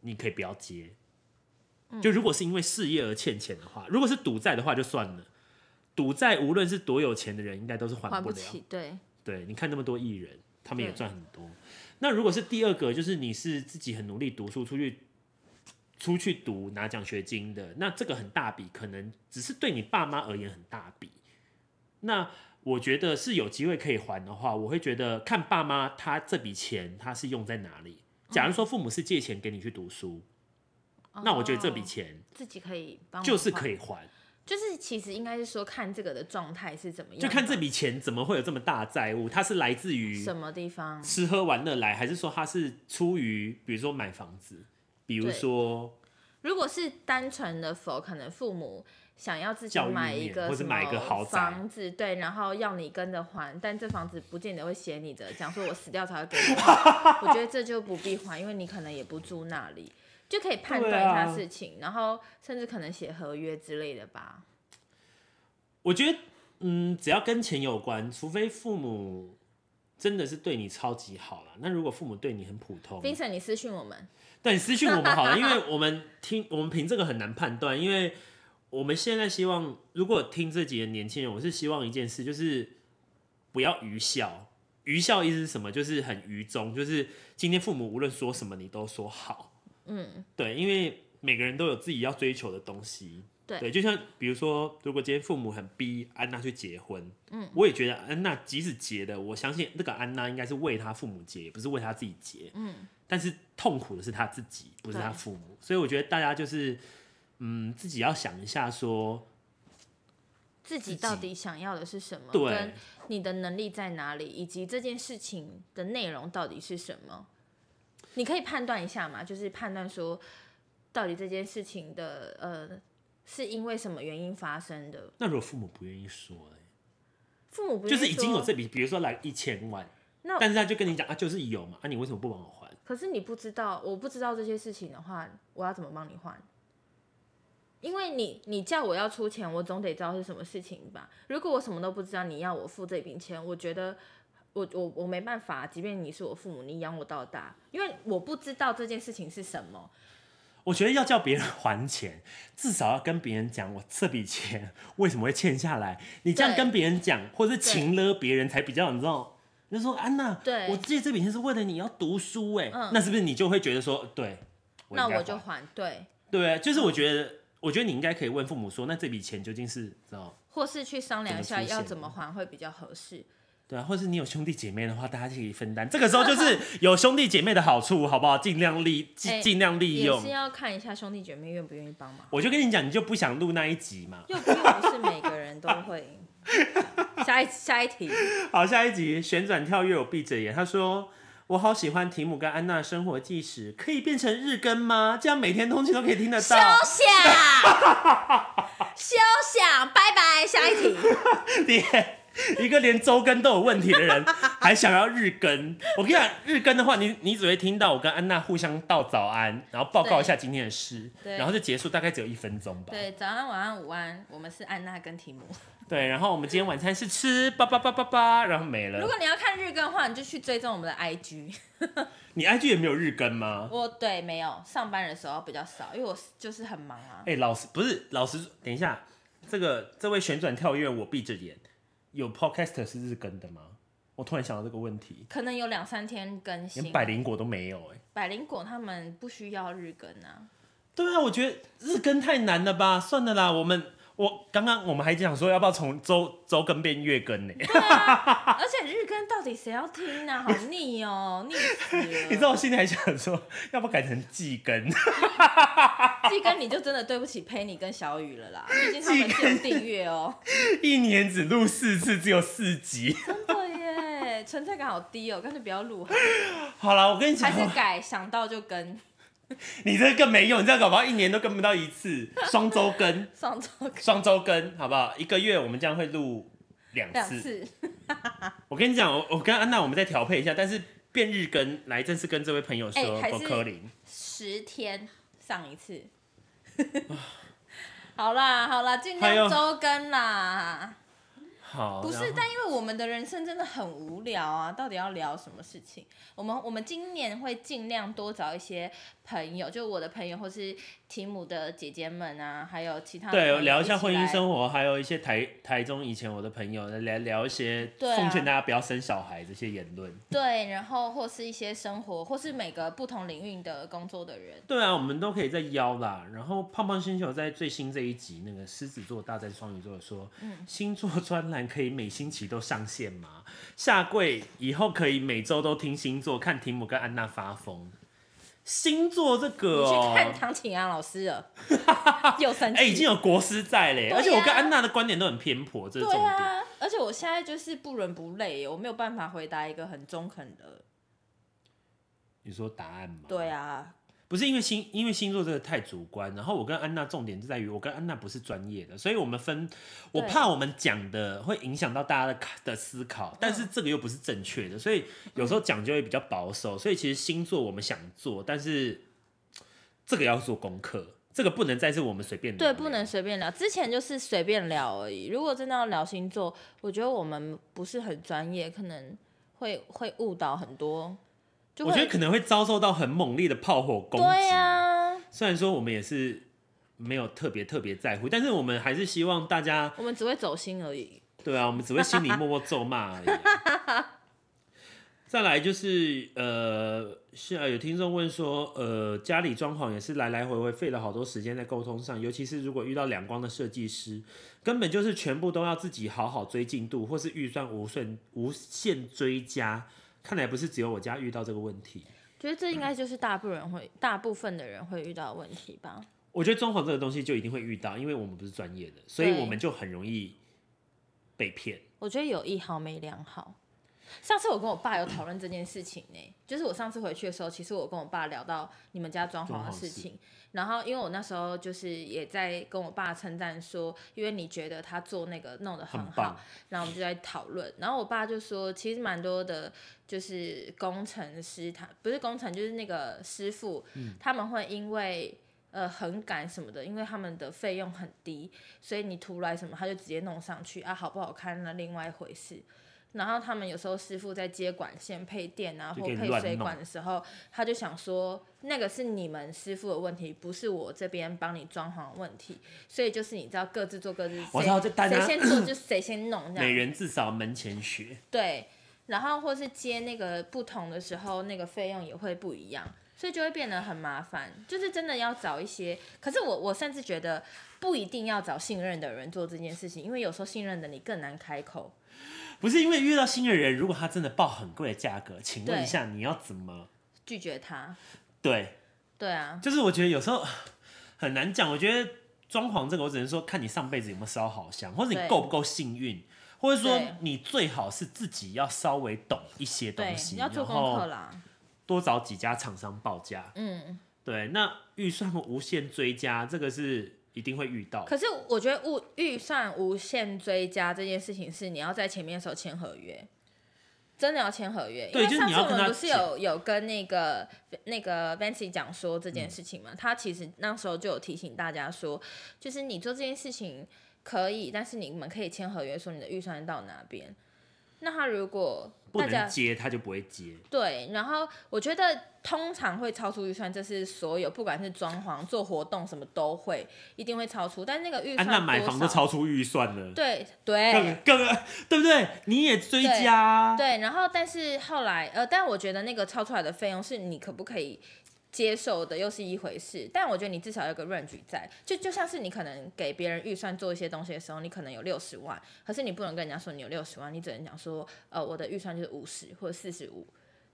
Speaker 1: 你可以不要接。就如果是因为事业而欠钱的话，如果是赌债的话就算了，赌债无论是多有钱的人，应该都是还
Speaker 3: 还
Speaker 1: 不
Speaker 3: 不
Speaker 1: 了。
Speaker 3: 起，对，
Speaker 1: 对，你看那么多艺人，他们也
Speaker 3: 对
Speaker 1: 赚很多。那如果是第二个，就是你是自己很努力读书，出去出去读拿奖学金的，那这个很大笔，可能只是对你爸妈而言很大笔。那我觉得是有机会可以还的话，我会觉得看爸妈他这笔钱他是用在哪里。假如说父母是借钱给你去读书，那我觉得这笔
Speaker 3: 哦
Speaker 1: 钱
Speaker 3: 自己可以帮，
Speaker 1: 就是可
Speaker 3: 以，
Speaker 1: 以还。
Speaker 3: 就是其实应该是说看这个的状态是怎么样吧，
Speaker 1: 就看这笔钱怎么会有这么大的债务，它是来自于
Speaker 3: 什么地方，
Speaker 1: 吃喝玩乐来，还是说他是出于比如说买房子，比如说
Speaker 3: 如果是单纯的否，可能父母想要自己
Speaker 1: 教育
Speaker 3: 买一
Speaker 1: 面
Speaker 3: 个
Speaker 1: 或是
Speaker 3: 什么
Speaker 1: 买一个豪宅
Speaker 3: 房子，对，然后要你跟着还，但这房子不见得会写你的，讲说我死掉才会给你还。我觉得这就不必还，因为你可能也不住那里，就可以判断一
Speaker 1: 对
Speaker 3: 下
Speaker 1: 啊
Speaker 3: 事情，然后甚至可能写合约之类的吧。
Speaker 1: 我觉得嗯，只要跟钱有关，除非父母真的是对你超级好了。那如果父母对你很普通，
Speaker 3: Vincent，你私讯我们，
Speaker 1: 对你私讯我们好了，因为我们听 我们凭这个很难判断，因为我们现在希望如果听这集的年轻人，我是希望一件事就是不要愚孝。愚孝意思是什么？就是很愚忠，就是今天父母无论说什么，你都说好。嗯，对，因为每个人都有自己要追求的东西。
Speaker 3: 对
Speaker 1: 就像比如说，如果今天父母很逼安娜去结婚，嗯，我也觉得安娜即使结了，我相信那个安娜应该是为她父母结，也不是为她自己结。但是痛苦的是他自己，不是他父母。所以我觉得大家就是，嗯，自己要想一下说，
Speaker 3: 自己
Speaker 1: 己
Speaker 3: 到底想要的是什么，
Speaker 1: 对
Speaker 3: 跟你的能力在哪里，以及这件事情的内容到底是什么，你可以判断一下嘛，就是判断说到底这件事情的呃是因为什么原因发生的。
Speaker 1: 那如果父母不愿意说、欸，
Speaker 3: 父母不
Speaker 1: 就是
Speaker 3: 愿意
Speaker 1: 已经有
Speaker 3: 说
Speaker 1: 这笔，比如说来一千万，
Speaker 3: 那
Speaker 1: 但是他就跟你讲啊，就是有嘛，啊，你为什么不帮我还？
Speaker 3: 可是你不知道，我不知道这些事情的话，我要怎么帮你换？因为你你叫我要出钱，我总得知道是什么事情吧。如果我什么都不知道，你要我付这笔钱，我觉得我我我没办法。即便你是我父母，你养我到大，因为我不知道这件事情是什么。
Speaker 1: 我觉得要叫别人还钱，至少要跟别人讲我这笔钱为什么会欠下来。你这样
Speaker 3: 对
Speaker 1: 跟别人讲，或者是情勒别人才比较，你知道？你就说安娜，
Speaker 3: 对嗯
Speaker 1: 我借这笔钱是为了你要读书、欸，哎、那是不是你就会觉得说，对，
Speaker 3: 那
Speaker 1: 应该
Speaker 3: 我就
Speaker 1: 还
Speaker 3: 还对，
Speaker 1: 对，啊就是我觉得，我觉得你应该可以问父母说，那这笔钱究竟是知道
Speaker 3: 或是去商量一
Speaker 1: 怎
Speaker 3: 下
Speaker 1: 么出现
Speaker 3: 要怎么还会比较合适。
Speaker 1: 对啊，或是你有兄弟姐妹的话，大家一起分担。这个时候 就是有兄弟姐妹的好处，好不好？尽量利尽
Speaker 3: 哎
Speaker 1: 尽量利
Speaker 3: 也
Speaker 1: 用
Speaker 3: 是。要看一下兄弟姐妹愿不愿意帮忙，
Speaker 1: 我就跟你讲，你就不想录那一集嘛。
Speaker 3: 又并不是每个人都会。下一下一题。
Speaker 1: 好，下一集旋转跳跃，我闭着眼。他说：“我好喜欢提姆跟安娜的生活纪实，可以变成日更吗？这样每天通勤都可以听得
Speaker 3: 休
Speaker 1: 到。
Speaker 3: 想，休想，拜拜，下一题。
Speaker 1: 你”一个连周更都有问题的人，还想要日更。我跟你讲，日更的话，你你只会听到我跟安娜互相道早安，然后报告一下今天的事，
Speaker 3: 对
Speaker 1: 然后就结束，大概只有一分钟吧。
Speaker 3: 对，早安、晚安、午安，我们是安娜跟提姆。
Speaker 1: 对，然后我们今天晚餐是吃叭叭叭叭叭，然后没
Speaker 3: 如
Speaker 1: 了。
Speaker 3: 果你要看日更的话，你就去追踪我们的 IG。
Speaker 1: 你 IG 也没有日更吗？
Speaker 3: 我对没有上班的时候比较少，因为我就是很忙啊。
Speaker 1: 哎、老师不是老师，等一下，这个这位旋转跳跃，我闭着眼，有 Podcast 是日更的吗？我突然想到这个问题，
Speaker 3: 可能有两三天更
Speaker 1: 连
Speaker 3: 新。
Speaker 1: 百灵果都没有哎、
Speaker 3: 百灵果他们不需要日更啊，
Speaker 1: 对啊，我觉得日更太难了吧？算了啦，我们我刚刚我们还讲说要不要从周周更变月更呢、
Speaker 3: 而且日更到底谁要听啊？好 腻哦，腻死了。
Speaker 1: 你知道我心里还想说，要不要改成季更？
Speaker 3: 季更你就真的对不起佩妮跟小雨了啦，毕竟他们是有订阅哦。
Speaker 1: 一年只录四次，只有四集。
Speaker 3: 真的耶，存在感好低哦，干脆不要录好了，
Speaker 1: 好啦，我跟你
Speaker 3: 还
Speaker 1: 讲，
Speaker 3: 是改想到就更。
Speaker 1: 你这更没用，你这样搞不好一年都跟不到一次，双周 更，
Speaker 3: 上周更
Speaker 1: 双周更，好不好？一个月我们这样会录两
Speaker 3: 两
Speaker 1: 次。
Speaker 3: 次，
Speaker 1: 我跟你讲，我我跟安娜我们再调配一下，但是变日更来正式跟这位朋友说，
Speaker 3: 哎还
Speaker 1: 不
Speaker 3: 是
Speaker 1: 可能。
Speaker 3: 十天上一次。 好啦好啦，尽
Speaker 1: 哎呦
Speaker 3: 量周更啦。
Speaker 1: 哎好，
Speaker 3: 不
Speaker 1: 然
Speaker 3: 是，
Speaker 1: 后
Speaker 3: 但因为我们的人生真的很无聊啊，到底要聊什么事情？我们我们今年会尽量多找一些朋友，就我的朋友或是提姆的姐姐们啊，还有其他的朋
Speaker 1: 对，
Speaker 3: 友
Speaker 1: 聊一下婚
Speaker 3: 起
Speaker 1: 姻
Speaker 3: 来
Speaker 1: 生活，还有一些台台中以前我的朋友来聊一些
Speaker 3: 对啊
Speaker 1: 奉劝大家不要生小孩这些言论。
Speaker 3: 对，然后或是一些生活，或是每个不同领域的工作的人。
Speaker 1: 对啊，我们都可以再邀啦。然后胖胖星球在最新这一集那个狮子座大战双鱼座说，
Speaker 3: 嗯
Speaker 1: 星座专栏可以每星期都上线吗？下跪以后可以每周都听星座，看提姆跟安娜发疯。星座这个、
Speaker 3: 你
Speaker 1: 哦，
Speaker 3: 去看唐启阳老 师了，又生气。
Speaker 1: 哎、已经有国师在嘞，
Speaker 3: 对啊
Speaker 1: 而且我跟安娜的观点都很偏颇，这是重
Speaker 3: 对
Speaker 1: 点。
Speaker 3: 啊，而且我现在就是不伦不类耶，我没有办法回答一个很中肯的。
Speaker 1: 你说答案吗？
Speaker 3: 对啊，
Speaker 1: 不是因为星，因为星座这个太主观。然后我跟安娜重点就在于，我跟安娜不是专业的，所以我们分，我
Speaker 3: 对
Speaker 1: 怕我们讲的会影响到大家的看的思考，但是这个又不是正确的，所以有时候讲就会比较保守。所以其实星座我们想做，但是这个要做功课，这个不能再是我们随便
Speaker 3: 对，
Speaker 1: 聊
Speaker 3: 不能随便聊。之前就是随便聊而已。如果真的要聊星座，我觉得我们不是很专业，可能会会误导很多。就
Speaker 1: 我
Speaker 3: 会
Speaker 1: 觉得可能会遭受到很猛烈的炮火攻击。
Speaker 3: 对啊，
Speaker 1: 虽然说我们也是没有特别特别在乎，但是我们还是希望大家
Speaker 3: 我们只会走心而已。
Speaker 1: 对啊，我们只会心里默默咒骂而已啊、再来就是呃，是啊，有听众问说，呃，家里装潢也是来来回回费了好多时间在沟通上，尤其是如果遇到两光的设计师，根本就是全部都要自己好好追进度，或是预算无限无限追加。看来不是只有我家遇到这个问题，
Speaker 3: 觉得这应该就是大部分人会、大部分的人会遇到的问题吧。
Speaker 1: 我觉得装潢这个东西就一定会遇到，因为我们不是专业的，所以
Speaker 3: 对
Speaker 1: 我们就很容易被骗。
Speaker 3: 我觉得有一好没两好。上次我跟我爸有讨论这件事情呢、就是我上次回去的时候，其实我跟我爸聊到你们家装潢的事情，然后因为我那时候就是也在跟我爸称赞说，因为你觉得他做那个弄得
Speaker 1: 很棒
Speaker 3: 好，然后我们就在讨论，然后我爸就说，其实蛮多的，就是工程师他不是工程，就是那个师傅，
Speaker 1: 嗯
Speaker 3: 他们会因为呃很赶什么的，因为他们的费用很低，所以你涂来什么他就直接弄上去啊，好不好看那另外一回事。然后他们有时候师傅在接管线、配电啊，
Speaker 1: 就
Speaker 3: 或
Speaker 1: 给你
Speaker 3: 配
Speaker 1: 乱
Speaker 3: 水
Speaker 1: 弄
Speaker 3: 管的时候，他就想说，那个是你们师傅的问题，不是我这边帮你装潢的问题。所以就是你知道各自做各自，
Speaker 1: 我知
Speaker 3: 谁
Speaker 1: 道这大家
Speaker 3: 谁先做就谁先弄这
Speaker 1: 啊每
Speaker 3: 样。
Speaker 1: 人至少门前雪。
Speaker 3: 对，然后或是接那个不同的时候，那个费用也会不一样，所以就会变得很麻烦。就是真的要找一些，可是我我甚至觉得不一定要找信任的人做这件事情，因为有时候信任的你更难开口。
Speaker 1: 不是因为遇到新的人，如果他真的报很贵的价格，请问一
Speaker 3: 对
Speaker 1: 下你要怎么？
Speaker 3: 拒绝他。
Speaker 1: 对，
Speaker 3: 对啊，
Speaker 1: 就是我觉得有时候很难讲。我觉得装潢这个，我只能说看你上辈子有没有烧好香，或者你
Speaker 3: 对
Speaker 1: 够不够幸运，或者说
Speaker 3: 对
Speaker 1: 你最好是自己要稍微懂一些
Speaker 3: 对
Speaker 1: 东，西，
Speaker 3: 你要做
Speaker 1: 然
Speaker 3: 功课
Speaker 1: 后
Speaker 3: 啦。
Speaker 1: 多找几家厂商报价。
Speaker 3: 嗯，
Speaker 1: 对，那预算无限追加，这个是一定会遇到。
Speaker 3: 可是我觉得物预算无限追加这件事情是你要在前面的时候签合约，真的要签合约。
Speaker 1: 对
Speaker 3: 因为
Speaker 1: 就是你
Speaker 3: 上次
Speaker 1: 要
Speaker 3: 我
Speaker 1: 跟
Speaker 3: 们
Speaker 1: 他
Speaker 3: 不是有有跟那个那个 Vancy 讲说这
Speaker 1: 嗯
Speaker 3: 件事情嘛？他其实那时候就有提醒大家说，就是你做这件事情可以，但是你们可以签合约说你的预算到哪边。那他如果
Speaker 1: 不
Speaker 3: 大家
Speaker 1: 能接他就不会接，
Speaker 3: 对，然后我觉得通常会超出预算，这是所有不管是装潢、做活动什么都会，一定会超出。但那个预
Speaker 1: 安
Speaker 3: 算、
Speaker 1: 娜啊买房都超出预算了，
Speaker 3: 对
Speaker 1: 更
Speaker 3: 对
Speaker 1: 更 对不对？你也追加啊，
Speaker 3: 哎对，然后但是后来呃，但我觉得那个超出来的费用是你可不可以接受的，又是一回事。但我觉得你至少有个 range 在，就就像是你可能给别人预算做一些东西的时候，你可能有六十万，可是你不能跟人家说你有六十万，你只能讲说呃我的预算就是五十或者四十五。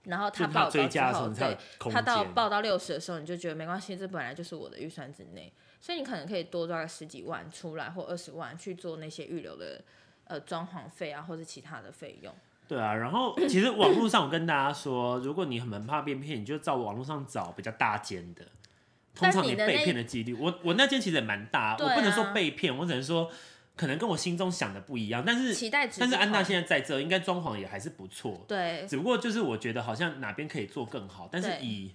Speaker 3: 然后
Speaker 1: 就
Speaker 3: 他
Speaker 1: 是他
Speaker 3: 报
Speaker 1: 追
Speaker 3: 告之
Speaker 1: 加的时候
Speaker 3: 后，
Speaker 1: 你才有
Speaker 3: 对，
Speaker 1: 空
Speaker 3: 他到
Speaker 1: 间。
Speaker 3: 报到六十的时候，你就觉得没关系，这本来就是我的预算之内，所以你可能可以多抓个十几万出来或二十万去做那些预留的呃装潢费啊，或者其他的费用。
Speaker 1: 对啊，然后其实网络上我跟大家说，如果你很很怕被骗，你就照网络上找比较大间的，通
Speaker 3: 但
Speaker 1: 常
Speaker 3: 你的
Speaker 1: 被
Speaker 3: 那
Speaker 1: 骗的几率，我我那间其实也蛮大，
Speaker 3: 对
Speaker 1: 我不能说
Speaker 3: 啊
Speaker 1: 被骗，我只能说可能跟我心中想的不一样，但是
Speaker 3: 期待值不
Speaker 1: 但
Speaker 3: 同。
Speaker 1: 是安娜现在在这，应该装潢也还是不错，
Speaker 3: 对
Speaker 1: 只不过就是我觉得好像哪边可以做更好，但是
Speaker 3: 对
Speaker 1: 以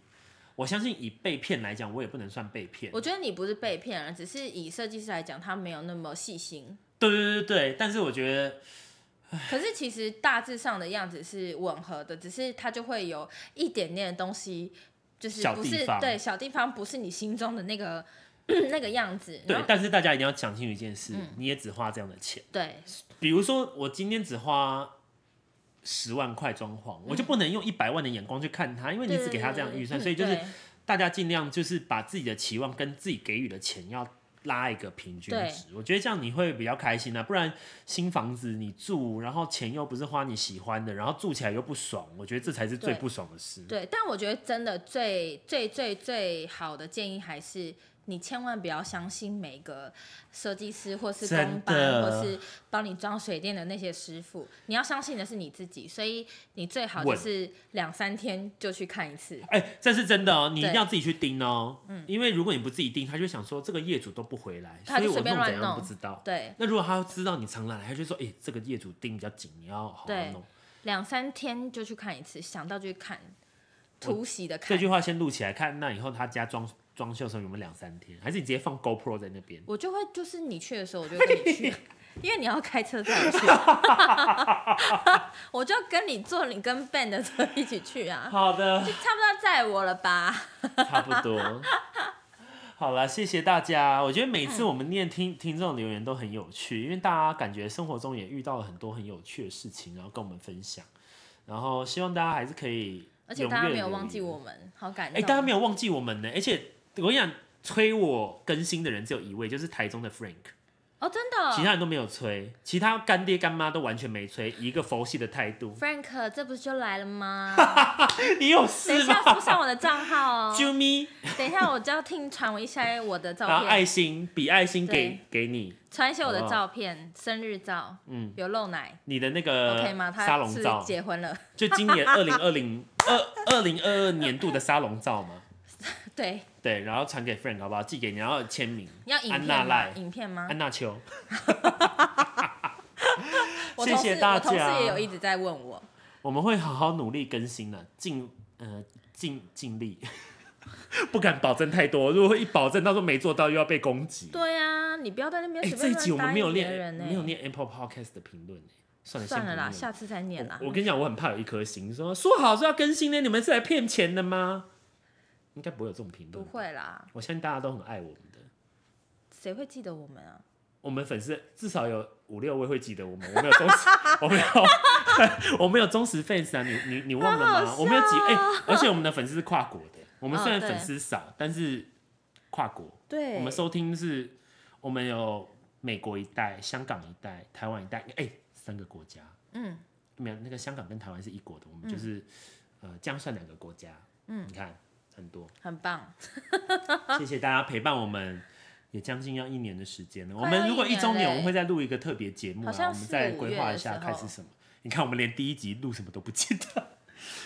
Speaker 1: 我相信以被骗来讲，我也不能算被骗，
Speaker 3: 我觉得你不是被骗啊了，只是以设计师来讲，他没有那么细心。
Speaker 1: 对对对对，但是我觉得
Speaker 3: 可是其实大致上的样子是吻合的，只是他就会有一点点的东西，就是
Speaker 1: 小
Speaker 3: 不
Speaker 1: 地
Speaker 3: 是
Speaker 1: 方
Speaker 3: 对小地方不是你心中的那个 那个样子。然
Speaker 1: 对，
Speaker 3: 后嗯
Speaker 1: 但是大家一定要讲清楚一件事，你也只花这样的钱。
Speaker 3: 对
Speaker 1: 比如说我今天只花十万块装潢，我就不能用一百万的眼光去看它，因为你只给他这样的预算，
Speaker 3: 嗯对
Speaker 1: 所以就
Speaker 3: 嗯对
Speaker 1: 是大家尽量就是把自己的期望跟自己给予的钱要拉一个平均
Speaker 3: 对
Speaker 1: 值，我觉得这样你会比较开心啊，不然新房子你住，然后钱又不是花你喜欢的，然后住起来又不爽，我觉得这才是最
Speaker 3: 对
Speaker 1: 不爽的事。
Speaker 3: 对，但我觉得真的最最最最好的建议还是。你千万不要相信每个设计师，或是
Speaker 1: 真
Speaker 3: 工班，
Speaker 1: 的
Speaker 3: 或是帮你装水电的那些师傅。你要相信的是你自己，所以你最好就
Speaker 1: 稳
Speaker 3: 是两三天就去看一次。
Speaker 1: 哎、这是真的哦，你一
Speaker 3: 对嗯
Speaker 1: 定要自己去盯哦，因为如果你不自己盯，他就想说这个业主都不回来，
Speaker 3: 他
Speaker 1: 所
Speaker 3: 就
Speaker 1: 以我
Speaker 3: 随便
Speaker 1: 弄怎
Speaker 3: 乱
Speaker 1: 样
Speaker 3: 弄
Speaker 1: 不知道。
Speaker 3: 对，
Speaker 1: 那如果他知道你常来，他就说：“哎、这个业主盯比较紧，你要好好
Speaker 3: 对
Speaker 1: 弄。
Speaker 3: 两三天就去看一次，想到就去看，突袭的”
Speaker 1: 这
Speaker 3: 看
Speaker 1: 句。话先录起来，看那以后他家装装修的时候有没有两三天，还是你直接放 GoPro 在那边？
Speaker 3: 我就会就是你去的时候，我就会跟 你去，因为你要开车载我去， 我就跟你坐你跟 Ben 的车一起去啊。
Speaker 1: 好的，
Speaker 3: 差不多载我了吧？
Speaker 1: 差不 多。好了，谢谢大家。我觉得每次我们念听听众留言都很有趣，因为大家感觉生活中也遇到了很多很有趣的事情，然后跟我们分享。然后希望大家还是可以，
Speaker 3: 而且大家没有忘记我。们，好感
Speaker 1: 哎、
Speaker 3: 动。
Speaker 1: 大家没有忘记我们呢。而且我跟你讲，催我更新的人只有一位，就是台中的 Frank。
Speaker 3: 哦，真的哦。
Speaker 1: 其他人都没有催，其他干爹干妈都完全没催，以一个佛系的态 度。
Speaker 3: Frank，这不是就来 了吗？
Speaker 1: 你有
Speaker 3: 等一
Speaker 1: 事
Speaker 3: 下
Speaker 1: 吗
Speaker 3: 附上我的账 号哦。
Speaker 1: 啾咪，
Speaker 3: 等一下我就要听传我一些我的
Speaker 1: 然
Speaker 3: 照
Speaker 1: 后
Speaker 3: 片，
Speaker 1: 爱心比爱心给
Speaker 3: 对
Speaker 1: 给你，
Speaker 3: 传一些我
Speaker 1: 好
Speaker 3: 的
Speaker 1: 不好啊
Speaker 3: 照片，生日照，
Speaker 1: 嗯，
Speaker 3: 有露奶。
Speaker 1: 你的那个
Speaker 3: OK 吗？
Speaker 1: 沙
Speaker 3: 他
Speaker 1: 龙
Speaker 3: 是
Speaker 1: 照，
Speaker 3: 结婚了，
Speaker 1: 就今年二零二零二二零二二年度的沙龙照嘛。
Speaker 3: 对，
Speaker 1: 对，然后传给 Frank 好不好？寄给你，然后签名。
Speaker 3: 要影
Speaker 1: 安娜
Speaker 3: 片吗
Speaker 1: 赖？，
Speaker 3: 影片吗？
Speaker 1: 安娜秋，
Speaker 3: 我
Speaker 1: 谢
Speaker 3: 同
Speaker 1: 谢
Speaker 3: 事，
Speaker 1: 大
Speaker 3: 我同事
Speaker 1: 家
Speaker 3: 也有一直在问我，
Speaker 1: 我们会好好努力更新的，尽呃尽尽力， 不敢保证太多，如果一保证到时候没做到，又要被攻击。
Speaker 3: 对呀，你不要在那边
Speaker 1: 哎、
Speaker 3: 随
Speaker 1: 这
Speaker 3: 便
Speaker 1: 一集我们
Speaker 3: 乱答
Speaker 1: 没有
Speaker 3: 应别
Speaker 1: 念
Speaker 3: 人呢。欸
Speaker 1: 没有念 Apple Podcast 的评论欸算了，
Speaker 3: 算了啦，
Speaker 1: 先
Speaker 3: 下次再念
Speaker 1: 不
Speaker 3: 啦
Speaker 1: 念。我跟你讲，我很怕有一颗心，说说好说要更新呢，你们是来骗钱的吗？应该不会有这种评
Speaker 3: 不
Speaker 1: 论，，
Speaker 3: 会啦，
Speaker 1: 我相信大家都很爱我们的，
Speaker 3: 谁会记得我们啊？
Speaker 1: 我们粉丝至少有五六位会记得我们，我们有忠实，我们有我们有 忠实 fans 啊，你你你忘了吗？
Speaker 3: 好好笑
Speaker 1: 我们有几哎、而且我们的粉丝是跨国的，我们
Speaker 3: 哦
Speaker 1: 虽然
Speaker 3: 对
Speaker 1: 粉丝少，但是跨国，
Speaker 3: 对，
Speaker 1: 我们收听是，我们有美国一带、香港一带、台湾一带，哎、三个国家。
Speaker 3: 嗯，
Speaker 1: 没有那个香港跟台湾是一国的，我们就是、呃这样算两个国家。嗯，你看很多，
Speaker 3: 很棒。啊
Speaker 1: 谢谢大家陪伴我们。也将近要一年的时间了。我
Speaker 3: 快要
Speaker 1: 们如果
Speaker 3: 一
Speaker 1: 一周
Speaker 3: 年
Speaker 1: 年，
Speaker 3: 嘞
Speaker 1: 我们会再录一个特别节目啦，啊
Speaker 3: 好像
Speaker 1: 我们再
Speaker 3: 四五
Speaker 1: 规划
Speaker 3: 月
Speaker 1: 一
Speaker 3: 的
Speaker 1: 下
Speaker 3: 时候
Speaker 1: 看是什么。你看，我们连第一集录什么都不记得。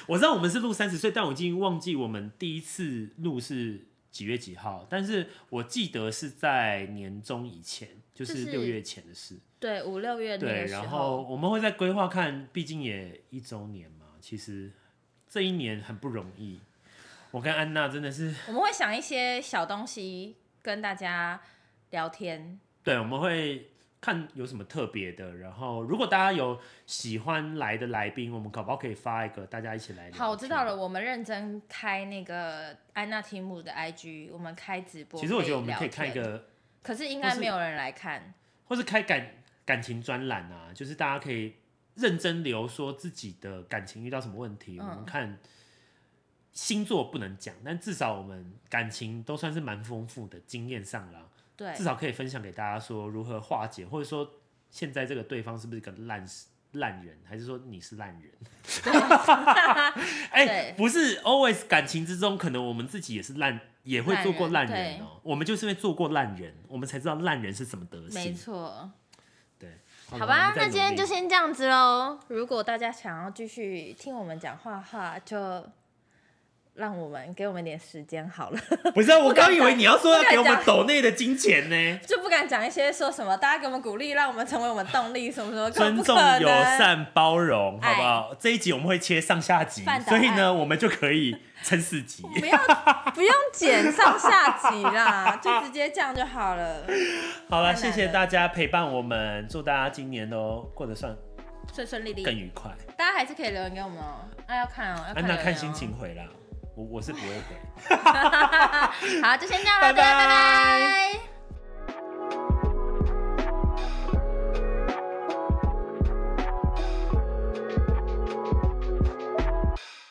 Speaker 1: 我知道我们是录三十岁，但我已经忘记我们第一次录是几月几号，但是我记得是在年中以前，就
Speaker 3: 就是
Speaker 1: 六月前的事。
Speaker 3: 对，五六月那
Speaker 1: 对，
Speaker 3: 个时
Speaker 1: 然后
Speaker 3: 候，
Speaker 1: 我们会在规划看，毕竟也一周年嘛，其实这一年很不容易。我跟安娜真的是，
Speaker 3: 我们会想一些小东西跟大家聊天。
Speaker 1: 对，我们会看有什么特别的。然后，如果大家有喜欢来的来宾，我们搞不好可以发一个，大家一起来聊。
Speaker 3: 好，我知道了。。我们认真开那个安娜提姆的 IG，我们开直播。
Speaker 1: 其实我觉得我们可以
Speaker 3: 聊
Speaker 1: 看一
Speaker 3: 天，
Speaker 1: 个，
Speaker 3: 可是应
Speaker 1: 或
Speaker 3: 该
Speaker 1: 是
Speaker 3: 没有人来看。
Speaker 1: 或是开感感情专栏啊，就是大家可以认真留说自己的感情遇到什么问题，
Speaker 3: 嗯
Speaker 1: 我们看。星座不能讲，但至少我们感情都算是蛮丰富的经验上啦。
Speaker 3: 对
Speaker 1: 至，少可以分享给大家说如何化解，或者说现在这个对方是不是一个烂烂人，还是说你是烂人？哎、
Speaker 3: 对
Speaker 1: 不是，always 感情之中，可能我们自己也是烂，也会做过烂人哦、我们就是因为做过烂人，我们才知道烂人是什么德
Speaker 3: 没
Speaker 1: 性。
Speaker 3: 错。
Speaker 1: 对，
Speaker 2: 好吧，那今天就先这样子喽。
Speaker 3: 如果大家想要继续听我们讲话的话，就让我们给我们点时间好了，
Speaker 1: 是不是啊、我刚以为你要说要
Speaker 3: 不敢
Speaker 1: 给我们
Speaker 3: 讲
Speaker 1: 抖内的金钱呢。
Speaker 3: 就不敢讲一些说什么大家给我们鼓励，让我们成为我们动力什么什么，根本
Speaker 1: 尊
Speaker 3: 不
Speaker 1: 重、
Speaker 3: 可
Speaker 1: 友
Speaker 3: 能。
Speaker 1: 善、包容，好不好？这一集我们会切上下集
Speaker 3: 半，岛
Speaker 1: 所以
Speaker 3: 爱
Speaker 1: 呢，我们就可以撑四集。
Speaker 3: 不要不用剪上下集啦，就直接这样就好了，
Speaker 1: 好了，
Speaker 3: 太难
Speaker 1: 谢
Speaker 3: 了
Speaker 1: 谢大家陪伴我们，祝大家今年都过得算
Speaker 3: 顺顺利
Speaker 1: 更
Speaker 3: 利。
Speaker 1: 愉快。
Speaker 3: 大家还是可以留言给我们哦、那、要看哦、要
Speaker 1: 安
Speaker 3: 留
Speaker 1: 娜
Speaker 3: 言哦
Speaker 1: 啊看心。情回啦，我我是不会回。
Speaker 3: 好，就先这样
Speaker 1: 拜
Speaker 3: 了，大家拜
Speaker 1: 拜
Speaker 3: 拜。